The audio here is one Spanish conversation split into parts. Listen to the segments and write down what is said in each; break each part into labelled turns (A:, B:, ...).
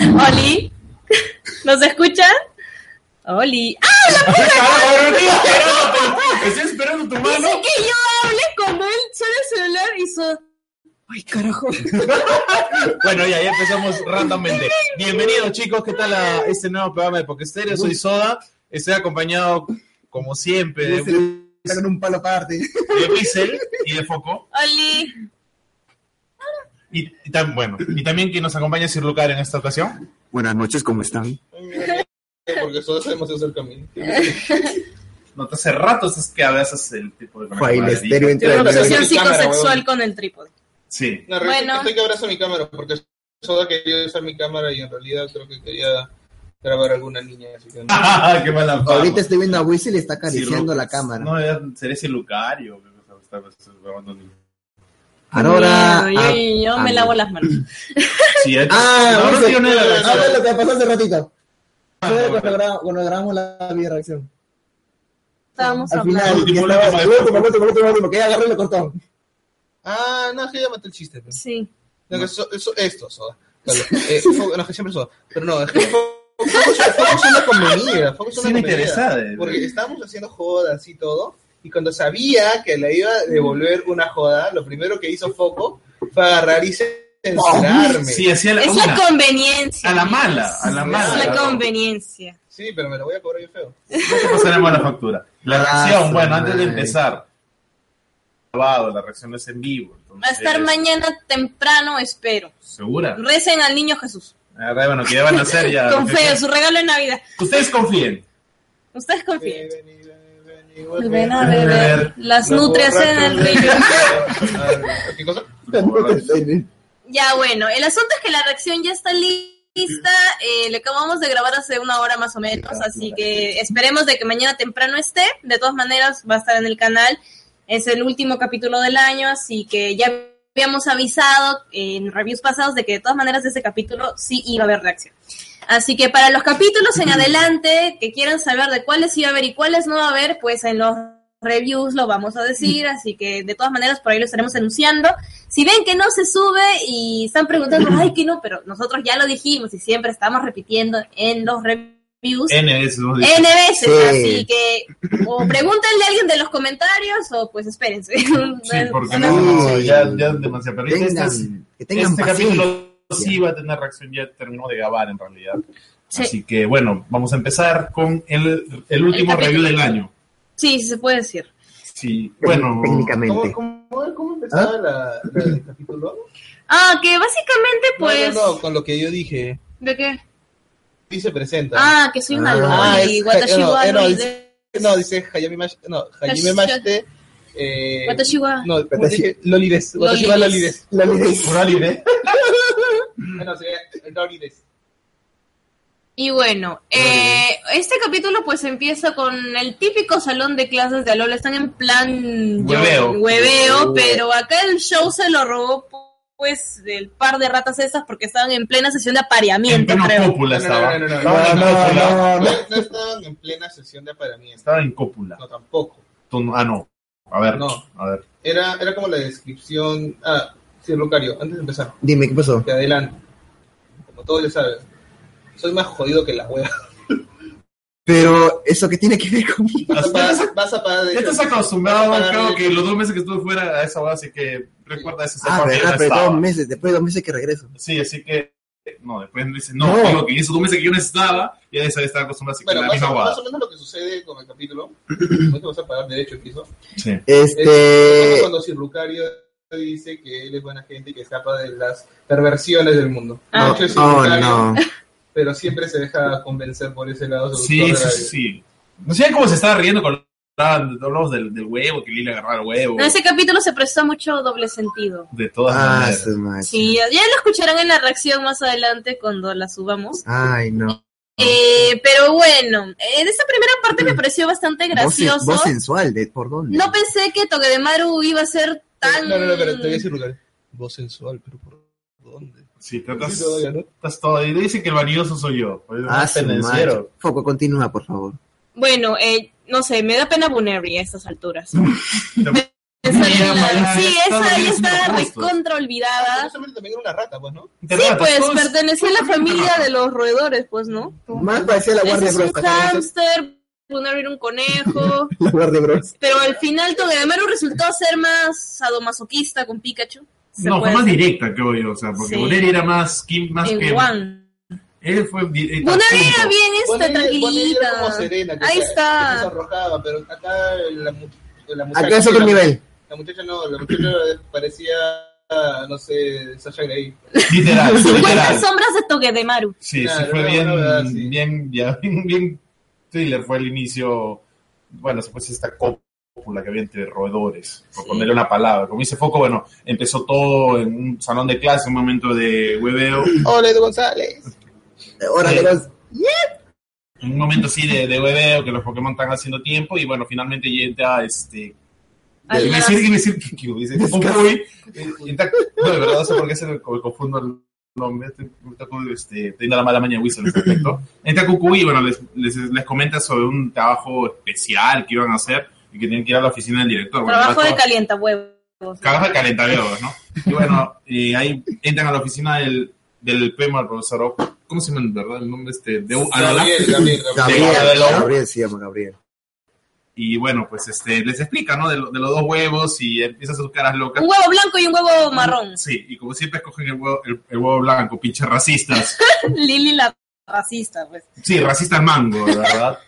A: Oli, ¿nos escuchan? Oli. ¡Ah, la puta!
B: Estoy esperando tu
A: Dice
B: mano.
A: que yo hable cuando él suena el celular y so... ¡Ay, carajo!
B: Bueno, ya, ya empezamos randommente. Bienvenidos, chicos. ¿Qué tal a este nuevo programa de Pokesterio? Soy Soda. Estoy acompañado, como siempre, de,
C: Se le sacan un palo aparte.
B: de Whistle y de Foco.
A: Oli,
B: Y, y tam- bueno, y también que nos acompaña Sir Lucar en esta ocasión.
D: Buenas noches, ¿cómo están?
E: Porque solo sabemos hacer camino.
B: Noté hace rato es que a veces el tipo de
D: Fail
B: maravilla.
D: estéreo
A: tiene una
D: entra de
A: obsesión
E: mi cámara,
A: psicosexual
E: huevón.
A: con el trípode.
B: Sí.
E: No,
A: Bueno.
E: bueno. Estoy que abrazo mi cámara porque Soda quería usar mi cámara y en realidad creo que quería grabar a alguna niña. Así que no.
B: Ah, qué mala fama.
C: Ahorita estoy viendo a Whistle y está acariciando
B: Sir Lu-
C: la cámara.
B: No, ya sería Sir Lucario. que nos está- está grabando ni-
C: Ahora.
A: Mierda,
C: ah,
A: yo, yo
C: ah,
A: me lavo las manos.
B: Sí, ya-
C: Ah,
B: no, no,
C: Whistle.
B: yo no era la-
C: Ah, bueno, lo que pasó hace ratito. Fue cuando, gra- cuando grabamos la video reacción.
A: Estábamos
C: Al
A: hablando.
C: final,
B: último,
C: ya
B: el
C: estaba- el
B: último, el
C: último, el último, el último, el último, que ya agarró y lo cortó.
E: Ah, no, es que ya maté el chiste. pues.
A: Sí.
E: No, que so- eso- esto, Soda. Claro, eh, Fo- no, que siempre Soda. Pero no, es que Fo- Focus Focus es una convenida. Focus es
B: Sí,
E: una
B: me
E: convenida.
B: interesaba, eh.
E: Porque estábamos haciendo jodas y todo. Y cuando sabía que le iba a devolver una joda, lo primero que hizo Foco fue agarrar y censurarme.
B: Sí, hacía la
A: Es
B: una.
A: la conveniencia.
B: A la mala, a la mala.
A: Es la
B: Claro.
A: conveniencia.
E: Sí, pero me lo voy a cobrar bien feo.
B: ¿Qué pasaremos a la factura? La
C: Ah,
B: reacción,
C: su
B: bueno, antes de
C: madre.
B: empezar. Grabado, la reacción es en vivo.
A: Va a
B: entonces-
A: estar mañana temprano, espero.
B: ¿Segura?
A: Recen al niño Jesús.
B: Ah, bueno, que ya van a hacer ya.
A: Con fe, su regalo de Navidad.
B: Ustedes confíen.
A: Ustedes confían.
E: Ven y ven, ven y
A: Ven a
B: beber
A: beber las
E: Los
A: nutrias en el
E: borrachos
A: río.
E: de- Ah, ¿Qué cosa?
A: Ya, bueno, el asunto es que la reacción ya está lista. eh, le acabamos de grabar hace una hora más o menos, así que esperemos de que mañana temprano esté. De todas maneras, va a estar en el canal. Es el último capítulo del año, así que ya habíamos avisado en reviews pasados de que de todas maneras de ese capítulo sí iba a haber reacción. Así que para los capítulos en adelante que quieran saber de cuáles iba a haber y cuáles no va a haber, pues en los reviews lo vamos a decir, así que de todas maneras por ahí lo estaremos anunciando. Si ven que no se sube y están preguntando, ay, que no, pero nosotros ya lo dijimos y siempre estamos repitiendo en los reviews.
B: N es lo
A: N veces,
C: Sí.
A: así que o pregúntenle a alguien de los comentarios o pues espérense.
B: Sí, porque
A: Una-
B: no,
C: Sí.
B: ya, ya es demasiado. Pero ahorita
C: Tengan-
B: estas-
C: que tengan
B: este
C: paciencia.
B: capítulo sí va a tener reacción, ya terminó de grabar en realidad.
A: Sí.
B: Así que bueno, vamos a empezar con el, el último
A: El capítulo.
B: review del año.
A: Sí, sí se puede decir.
B: Sí, bueno,
E: ¿Cómo,
C: Técnicamente.
E: cómo, cómo empezaba la, la- el capítulo?
A: Ah, que básicamente pues...
E: No, no, no, con lo que yo dije.
A: ¿De qué?
E: Y se presenta.
A: Ah, que soy una
C: Ah,
A: lola y
E: es-
A: watashi
E: no,
A: wa
E: eh, no,
A: no
E: dice- no, dice Hayami Mash, no, Hayami
A: Hash-
E: Mashite. Eh,
A: Watashi wa-
E: No, ¿cómo dije? Lolides. Watashi wa
A: Lolides.
E: Lolides.
C: La ley.
B: por ¿eh? Alide.
E: Ah, No, sería Lolides.
A: Y bueno, eh, este capítulo pues empieza con el típico salón de clases de Alola. Están en plan
B: Hueveo.
A: hueveo, pero acá el show se lo robó pues del par de ratas estas porque estaban en plena sesión de
B: En
A: apareamiento,
B: pleno
A: creo.
B: cópula
E: No, no,
B: estaba.
E: no, no, no,
B: Estaba en
C: no, no,
B: cópula.
C: no,
E: No,
C: no.
E: no estaban en plena sesión de aparamiento.
B: Estaba en cópula.
E: No, tampoco.
B: Tú no- ah, no. A ver,
E: No.
B: a ver.
E: Era, era como la descripción. Ah, sí, Lucario, antes de empezar,
C: Dime, ¿qué pasó?
E: te adelanto. Como todos ya saben, soy más jodido que la wea.
C: Pero, ¿eso qué tiene que ver conmigo?
B: Las
E: Vas a
B: patas-
E: pagar, vas a pagar de
B: Ya estás acostumbrado,
E: Para-
B: creo que los dos meses que estuve fuera a esa hora, así que recuerda esa
C: Ah,
B: parte,
C: verdad,
B: no
C: pero
B: estaba.
C: dos meses, después de dos meses que regreso.
B: Sí, así que. No, después me dice, no,
C: No.
B: digo que hizo dos meses que yo no estaba, y esa estaba acostumbrado, así que
E: Bueno,
B: la
E: más
B: misma
E: o, más
B: guada.
E: o menos lo que sucede con el capítulo, no te vas a pagar derecho el piso,
B: Sí.
E: es
C: Este.
E: cuando Cirrucario dice que él es buena gente y que escapa de las perversiones del mundo.
A: Ah.
E: De hecho, es
C: Oh,
E: Cirrucario,
C: no.
E: Pero siempre se deja convencer por ese lado.
B: Sí,
E: seductor
B: sí,
E: de la
B: sí,
E: vida.
B: sí. No sé cómo se estaba riendo con hablamos del, del huevo, que Lila agarraba el huevo.
A: No, ese capítulo se prestó mucho doble sentido.
B: De todas
D: Ah,
B: maneras.
D: su madre.
A: Sí, ya ya lo escucharán en la reacción más adelante cuando la subamos.
D: Ay, no.
A: Eh, pero bueno, eh, en esa primera parte me pareció bastante
D: Voz, sen-
A: gracioso.
D: voz sensual, de, ¿por dónde?
A: No pensé que Togedemaru iba a ser tan...
E: No, no, no, pero te voy a decir, Rugal, Voz sensual, pero ¿por dónde?
B: Sí, tratas,
E: Sí, todavía, ¿no?
B: tratas todo. Y dicen que el vanidoso soy yo. Pues,
D: Ah, su madre.
B: pendenciero.
D: Foco, continúa, por favor.
A: Bueno, eh, no sé, me da pena Buneri a estas alturas. Esa
B: Mira,
A: era-
B: Mariana,
A: sí,
B: todo
A: esa ahí
B: es
A: está
B: injusto.
A: recontra
E: Ah,
A: olvidada.
E: justamente también era una rata, pues, ¿no?
B: Te
A: Sí,
B: ratas,
A: pues
B: todos-
A: pertenecía a la familia de los roedores, pues, ¿no?
C: Más parecía la
A: Ese
C: Guardia
A: es un
C: Bros. ¿no?
A: hámster, Buneri era un conejo.
C: La Guardia Bros.
A: Pero al final Togedemaru resultó ser más sadomasoquista con Pikachu. Se
B: No, fue
A: puede
B: más
A: decir.
B: directa, creo yo. O sea, porque
A: Sí.
B: Boneri era más, Kim, más
A: En
B: que.
A: Juan.
B: Él fue directa.
A: Buneri era
B: punto.
A: bien esta,
E: Ponele- ponele
A: Este, tranquilita.
E: como Serena, que
A: Ahí
E: se- que se
A: está.
E: arrojaba, pero acá la, mu- la muchacha.
D: Acá es otro
E: la-
D: nivel.
E: La muchacha no, la muchacha parecía, no sé, Sasha Grey.
B: Literal,
A: 50
B: literal.
A: sombras de Togedemaru.
B: Sí,
E: Claro,
B: sí, fue
E: no,
B: bien,
E: no, verdad, sí.
B: bien, ya, bien, bien thriller, fue el inicio, bueno, después esta cópula que había entre roedores, por
A: Sí.
B: ponerle una palabra, como dice Foco, bueno, empezó todo en un salón de clase, un momento de hueveo,
E: Hola, Edu González.
D: Eh, Órale,
B: Sí.
D: Gonz.
B: un momento así de, de hueveo, que los Pokémon están haciendo tiempo, y bueno, finalmente llega este...
A: Al
B: Iba a
A: más-
B: decir, iba a decir, que- que iba a decir, Fukui, eh, entra- no, de verdad, no sé por qué se me co- confundo el nombre, estoy, ahorita con, este, teniendo la mala maña de Whistle al respecto. Entra Cucuy y bueno, les, les, les comenta sobre un trabajo especial que iban a hacer y que tienen que ir a la oficina del director. Bueno,
A: Trabajo
B: va
A: de
B: todo-
A: calienta huevos.
B: trabajo de calentadedos, ¿no? Y bueno, eh, ahí entran a la oficina del, del PEMA, el profesor Oco. ¿Cómo se llama en verdad el nombre? Este, de Anola.
E: Gabriel, Gabriel, Gabriel.
D: Gabriel,
B: Gabriel.
D: Gabriel se llama Gabriel.
B: Y bueno, pues este, les explica, ¿no? De, lo- de los dos huevos y empieza a hacer caras locas.
A: Un huevo blanco y un huevo marrón.
B: Sí, y como siempre escogen el huevo, el, el huevo blanco, pinches racistas.
A: Lili la racista, pues.
B: Sí, racistas mango, la ¿verdad?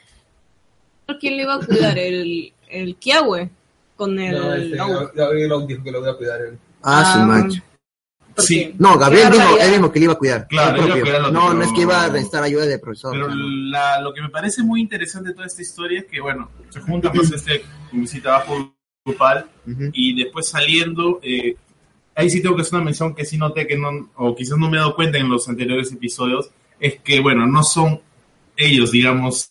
A: ¿Quién le iba a cuidar? El, el Kiawe. Con el.
E: No, este,
A: no.
E: Gabriel Long dijo que lo voy a cuidar. eh. él.
D: Ah, su
A: Ah.
D: macho.
A: ¿Por
B: Sí.
A: qué?
D: No, Gabriel
A: Qué
D: dijo,
A: barbaridad.
D: él mismo que le iba a cuidar.
B: Claro,
D: Él
B: él iba a
D: propio.
B: cuidar al otro,
D: no, no
B: pero-
D: es que iba a necesitar ayuda del profesor.
B: Pero
D: ¿no?
B: la- lo que me parece muy interesante de toda esta historia es que, bueno, se juntan pues este como si trabajo grupal
D: Ujú.
B: y después saliendo, eh, ahí sí tengo que hacer una mención que sí noté que no, o quizás no me he dado cuenta en los anteriores episodios, es que, bueno, no son ellos, digamos,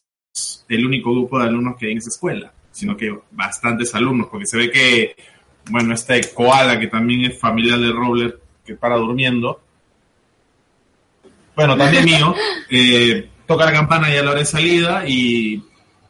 B: el único grupo de alumnos que hay en esa escuela, sino que bastantes alumnos, porque se ve que, bueno, este koala que también es familiar de Robler, que para durmiendo, bueno, también mío, eh, toca la campana ya a la hora de salida y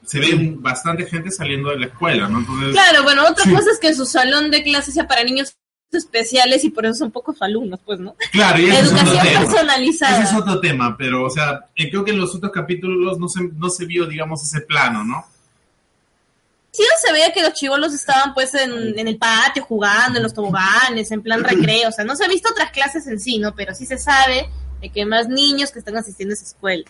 B: se ve un- bastante gente saliendo de la escuela, ¿no? Entonces,
A: Claro, bueno, otra
B: Sí.
A: cosa es que su salón de clase sea para niños especiales y por eso son pocos alumnos, pues, ¿no?
B: claro, y ese es otro
A: Educación
B: tema. Ese
A: personalizada.
B: es otro tema, pero, o sea, eh, creo que en los otros capítulos no se, no se vio, digamos, ese plano, ¿no?
A: Sí, no se veía que los chivolos estaban pues en, en el patio jugando, en los toboganes, en plan recreo. O sea, no se ha visto otras clases en sí, ¿no? Pero sí se sabe de que hay más niños que están asistiendo a esa escuela.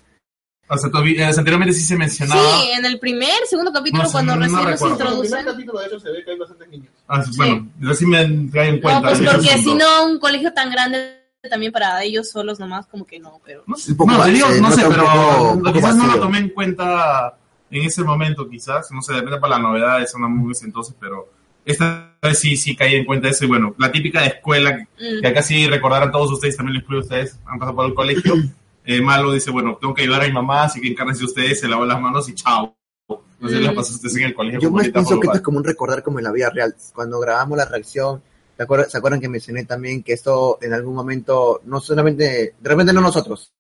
B: O sea, tú vi- eh, anteriormente sí se mencionaba.
A: Sí, en el primer, segundo capítulo,
B: No sé,
A: cuando
B: no
A: recién nos
B: recuerdo.
E: En el primer
A: introducen.
E: capítulo, de hecho, se ve que hay bastantes niños.
B: Ah, bueno, recién me caí en cuenta.
A: No, pues
B: de ese
A: porque si
B: asunto.
A: no, un colegio tan grande también para ellos solos nomás, como que no, pero...
B: No sé,
D: Un poco
B: no, te
D: vacío,
B: digo, no
D: no
B: sé,
D: está un
B: pero
D: poco- un poco
B: quizás no lo
D: vacío.
B: tomé en cuenta en ese momento, quizás. No sé, depende para la novedad de Sound Movies entonces, pero esta vez sí, sí caí en cuenta de eso. Y bueno, la típica de escuela, que-
A: mm.
B: que acá sí recordarán todos ustedes, también les pido a ustedes, han pasado por el colegio. Eh, Malo dice, bueno, tengo que ayudar a mi mamá, así que encárrense ustedes, se lavan las manos y chao. No sé,
A: Mm.
B: les pasó a ustedes en el colegio.
D: Yo
B: como
D: más
B: ahorita
D: pienso
B: por
D: que esto
B: Lupal.
D: es como un recordar como en la vida real. Cuando grabamos la reacción, ¿se acuerdan, ¿se acuerdan que mencioné también que esto en algún momento, no solamente, de repente no nosotros,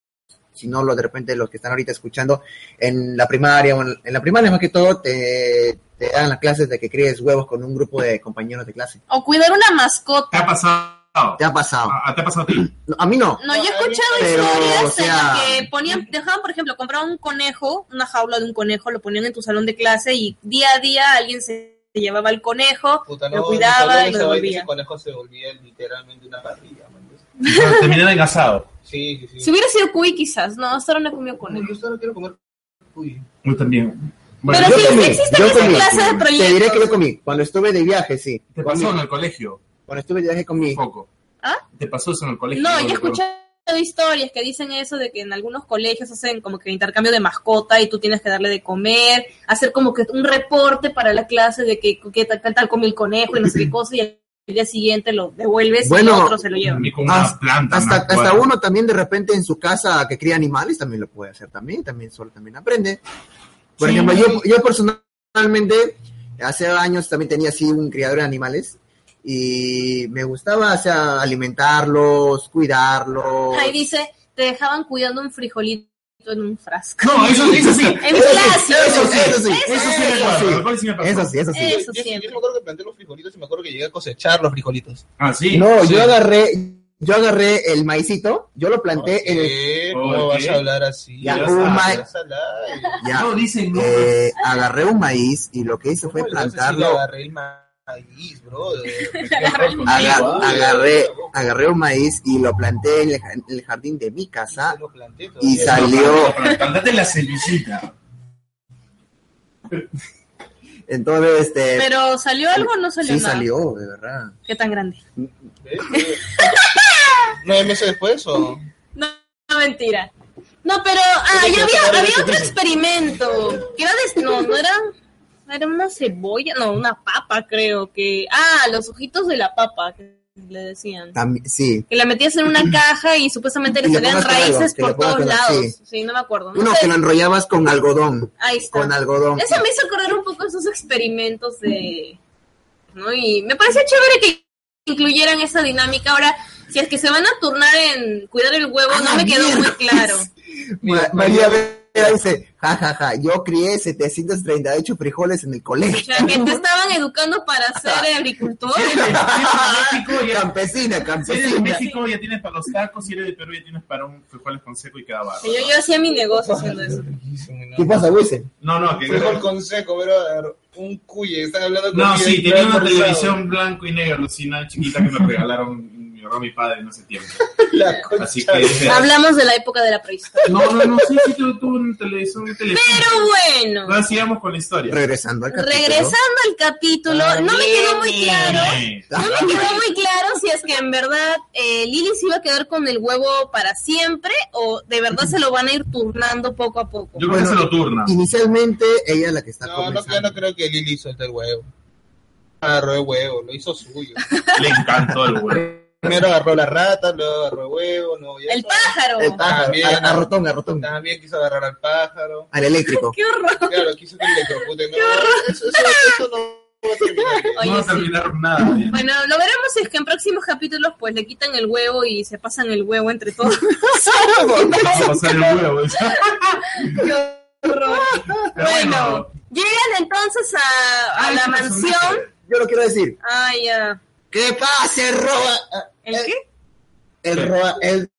D: sino los de repente los que están ahorita escuchando, en la primaria, o en, en la primaria más que todo, te, te dan las clases de que críes huevos con un grupo de compañeros de clase.
A: O cuidar una mascota.
B: ¿Te ha pasado?
D: Te ha pasado.
B: Ah, ¿Te ha pasado a ti?
D: No, A mí no.
A: No, yo he escuchado
D: Pero,
A: historias
D: o sea-
A: en las que ponían, dejaban, por ejemplo, compraban un conejo, una jaula de un conejo, lo ponían en tu salón de clase y día a día alguien se llevaba el conejo,
E: Puta, no,
A: lo cuidaba y lo
E: devolvía.
A: devolvía.
E: Ese conejo se volvía literalmente una parrilla. man.
B: Terminan engasado.
E: Sí, sí, sí.
A: Si hubiera sido cuy, quizás, no, hasta ahora no he comido
E: Uy,
A: conejo.
E: Yo solo quiero comer. Uy.
B: Yo también. Bueno,
A: Pero
D: yo
A: sí,
D: comí,
A: existen
D: yo
A: esas
D: comí.
A: clases de
D: Te diré que yo
A: proyectos.
D: comí. Cuando estuve de viaje, sí.
B: ¿Te
D: Comí.
B: pasó en el colegio?
D: Cuando estuve de viaje comí.
B: Foco.
A: ¿Ah?
B: ¿Te pasó eso en el colegio?
A: No, yo he
B: recuerdo.
A: escuchado historias que dicen eso de que en algunos colegios hacen como que intercambio de mascota y tú tienes que darle de comer, hacer como que un reporte para la clase de que, que tal, tal comió el conejo y no sé qué cosa y el día siguiente lo devuelves
D: Bueno,
A: y el otro se lo lleva.
D: Hasta, hasta, hasta uno también de repente en su casa que cría animales también lo puede hacer también, también solo también aprende. Por
B: Sí.
D: ejemplo, yo, yo personalmente hace años también tenía así un criador de animales y me gustaba o sea, alimentarlos, cuidarlos.
A: Ahí dice, te dejaban cuidando un frijolito en un frasco.
B: No, eso, eso sí.
A: En clásico.
D: Eso sí, eso
A: Eso
D: sí, eso
A: sí.
D: sí,
B: me acuerdo,
D: eso
B: lo cual sí me pasó.
D: Eso sí, eso sí.
A: Eh,
E: Yo,
A: Eso
E: yo- yo
A: siempre.
E: me acuerdo que planté los frijolitos y me acuerdo que llegué a cosechar los frijolitos.
B: Ah, sí.
D: No,
E: Sí.
D: yo agarré, yo agarré el maicito, yo lo
E: Ah,
D: planté en el,
E: ¿Qué? ¿Cómo
B: Ok.
E: vas a hablar así?
D: eh, Ya, oh
E: Vas
D: un
E: a-
D: ma-
E: vas a hablar.
D: ya,
B: No, dicen no.
D: eh, agarré un maíz y lo que hice
E: ¿Cómo
D: fue
E: le vas a decir que
D: plantarlo
E: agarré el maíz, bro?
D: Aga-
E: Igual.
D: agarré, agarré un maíz y lo planté en el, ja- en el jardín de mi casa.
E: Lo planté todo.
D: Y salió.
B: Cantate la celicita.
D: Entonces, este.
A: Pero salió algo o no salió
D: sí
A: nada.
D: salió, de verdad.
A: ¿Qué tan grande?
E: ¿Ves? ¿Nueve meses después o...?
A: No, no, mentira. No, pero ah, ya había, había otro experimento. Que era de, no, no era, era una cebolla, no, una papa, creo que. Ah, los ojitos de la papa, que le decían.
D: También, sí.
A: Que la metías en una caja y supuestamente le
D: Y le
A: salían
D: pongas con algo,
A: raíces
D: que le
A: por
D: pongas
A: todos
D: con algo,
A: lados. Sí.
D: sí.
A: no me acuerdo. No
D: Uno
A: sé,
D: que lo enrollabas con algodón.
A: Ahí está.
D: Con algodón.
A: Eso me hizo acordar un poco esos experimentos de. ¿no? Y me parecía chévere que incluyeran esa dinámica. Ahora, si es que se van a turnar en cuidar el huevo,
D: Ah,
A: no me quedó muy
D: mierda.
A: claro.
D: Ma- María Vera dice: Ja, ja, ja. Yo crié 738 frijoles en el
A: O
D: colegio.
A: sea, que te estaban educando para ser agricultor.
B: México ya-
D: campesina,
B: Si eres de
D: campesina.
B: México ya tienes para los tacos, si eres de Perú ya tienes para un frijoles con seco y cada barro.
A: Yo, yo hacía mi negocio haciendo eso.
D: ¿Qué pasa, Wilson?
B: No, no, que
E: Mejor consejo, brother. Un cuye, están hablando con
B: No,
E: cuye,
B: sí, tenía una
E: almorzado.
B: televisión blanco y negro, alucinada, chiquita que me regalaron, me ahorró mi padre en ese tiempo.
E: La concha.
B: Así que. eh,
A: Hablamos de la época de la prehistoria.
B: No, no, no, sí, sí, tuve tuve una televisión, un teléfono.
A: Pero bueno,
B: No, sigamos con la historia.
D: Regresando al capítulo.
A: regresando al capítulo, no me quedó muy claro.
B: Sí.
A: No me quedó muy claro si es que en verdad eh, Lily se iba a quedar con el huevo para siempre o de verdad se lo van a ir turnando poco a poco.
B: Yo creo que se lo turna.
D: Inicialmente, ella es la que está
E: No, no, yo
D: comenzando.
E: no creo que Lili suelte el huevo. Agarró el huevo, lo hizo suyo.
B: Le encantó el huevo.
E: Primero agarró la rata, luego agarró el huevo, no, y
A: El
E: eso.
A: pájaro.
D: El pájaro,
E: También.
D: Eh, a, a rotón, a rotón.
E: También quiso agarrar al pájaro.
D: Al eléctrico.
A: Qué horror.
E: Claro, quiso que le electrocute. No, eso, eso, eso no va a terminar
A: Oye,
E: bien.
B: No va a
A: sí.
B: terminar nada. ¿eh? bien.
A: Bueno, lo veremos si es que en próximos capítulos pues le quitan el huevo y se pasan el huevo entre todos.
B: Vamos a pasar el huevo. ¿eh? ¿sí?
A: Qué horror.
B: Pero
A: Bueno, llegan entonces a, a
B: Ay,
A: la
B: qué
A: mansión.
B: personaje.
D: Yo lo quiero decir.
A: Ay, ya.
D: ¿Qué pasa, el roba?
A: ¿El qué?
D: El roba, el,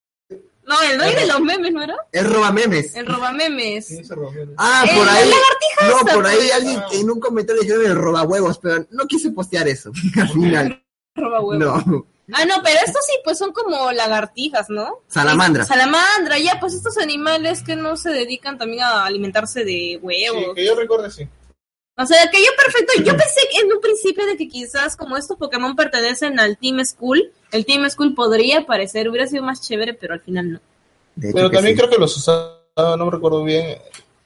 A: No, el rey de los memes, ¿no era?
D: el roba memes.
A: El roba memes.
E: Sí, eso rompió.
D: Ah,
A: El-
D: por
A: la
D: ahí.
A: lagartija
D: No,
A: esa,
D: por ahí
A: pues.
D: alguien en un comentario dijo el roba huevos, pero no quise postear eso. Al final,
A: Roba huevo.
D: no.
A: Ah, no, pero estos sí, pues son como lagartijas, ¿no?
D: Salamandra.
A: Salamandra, ya, pues estos animales que no se dedican también a alimentarse de
E: Sí, eh.
A: huevos.
E: que yo recuerdo sí.
A: O sea, que yo perfecto, yo pensé que en un principio de que quizás como estos Pokémon pertenecen al Team School, el Team School podría parecer, hubiera sido más chévere, pero al final no.
D: De hecho
E: Pero
D: que
E: también
D: sí.
E: creo que los usaba, no me recuerdo bien.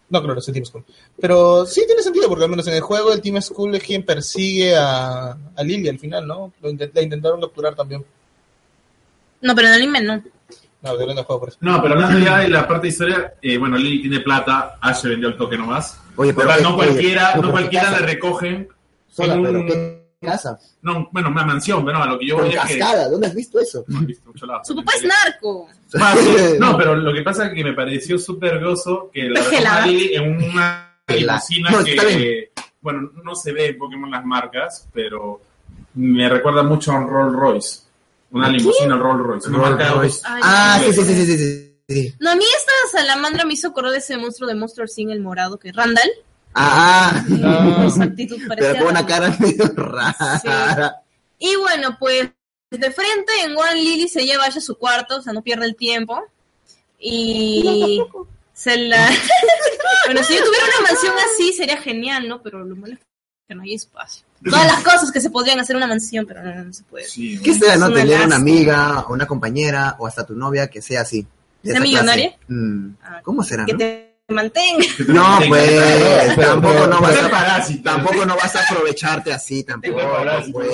E: No creo que los Team School. Pero sí tiene sentido, porque al menos en el juego el Team School es quien persigue a, a Lily al final, ¿no? Lo intent- la intentaron capturar también.
A: No, pero en el anime no.
E: No, de en el juego por eso.
B: No, pero hablando ya de la parte de historia, eh, bueno, Lily tiene plata, Ash se vendió el toque nomás.
D: Oye,
B: Por
D: pero
B: la-
D: qué-
B: no
D: oye,
B: cualquiera,
D: pero
B: no
D: qué
B: cualquiera
D: casa.
B: le recogen.
D: Sola,
B: en
D: pero
B: un-
D: qué casa.
B: No, bueno, una mansión, pero no, a lo que yo
D: Con
B: voy es que.
D: cascada, ¿dónde has visto eso?
B: No, he visto mucho lado.
A: Su papá es narco.
B: Fácil. No, pero lo que pasa es que me pareció súper gozo que la
A: Pelada.
B: recojan Lily en una
D: Pelada.
B: limusina
D: No, está bien.
B: que, bueno, no se ve en Pokémon las marcas, pero me recuerda mucho a un Rolls Royce. Una limusina Rolls Royce. una marca de autos.
A: Ay,
D: Ah,
B: no.
D: sí, sí, sí, sí, sí, sí, sí.
A: No, a mí esta salamandra me hizo acordar de ese monstruo de Monster Sin el morado, que es Randall.
D: Ah,
A: Por su actitud parecía
D: pero con una
A: Randall.
D: cara medio rara.
A: Y bueno, pues de frente en One Lily se lleva ya su cuarto, o sea, no pierde el tiempo. Y se la... bueno, si yo tuviera una mansión así sería genial, ¿no? Pero lo malo es que no hay espacio. Todas las cosas que se podrían hacer en una mansión, pero no, no se puede.
B: Sí,
D: ¿Qué sea, no
A: Es una
D: tener una
A: lástima.
D: amiga o una compañera o hasta tu novia que sea así? de
A: ¿Sea
D: esa clase?
A: millonaria?
D: Mm, ¿Cómo será?
A: Ah, Que
D: no?
A: te mantenga.
D: No,
B: Pero,
D: pues,
B: pero,
D: tampoco
B: pero,
D: no vas
B: pero,
D: a,
B: parásito.
D: tampoco no vas a aprovecharte así, tampoco, pues.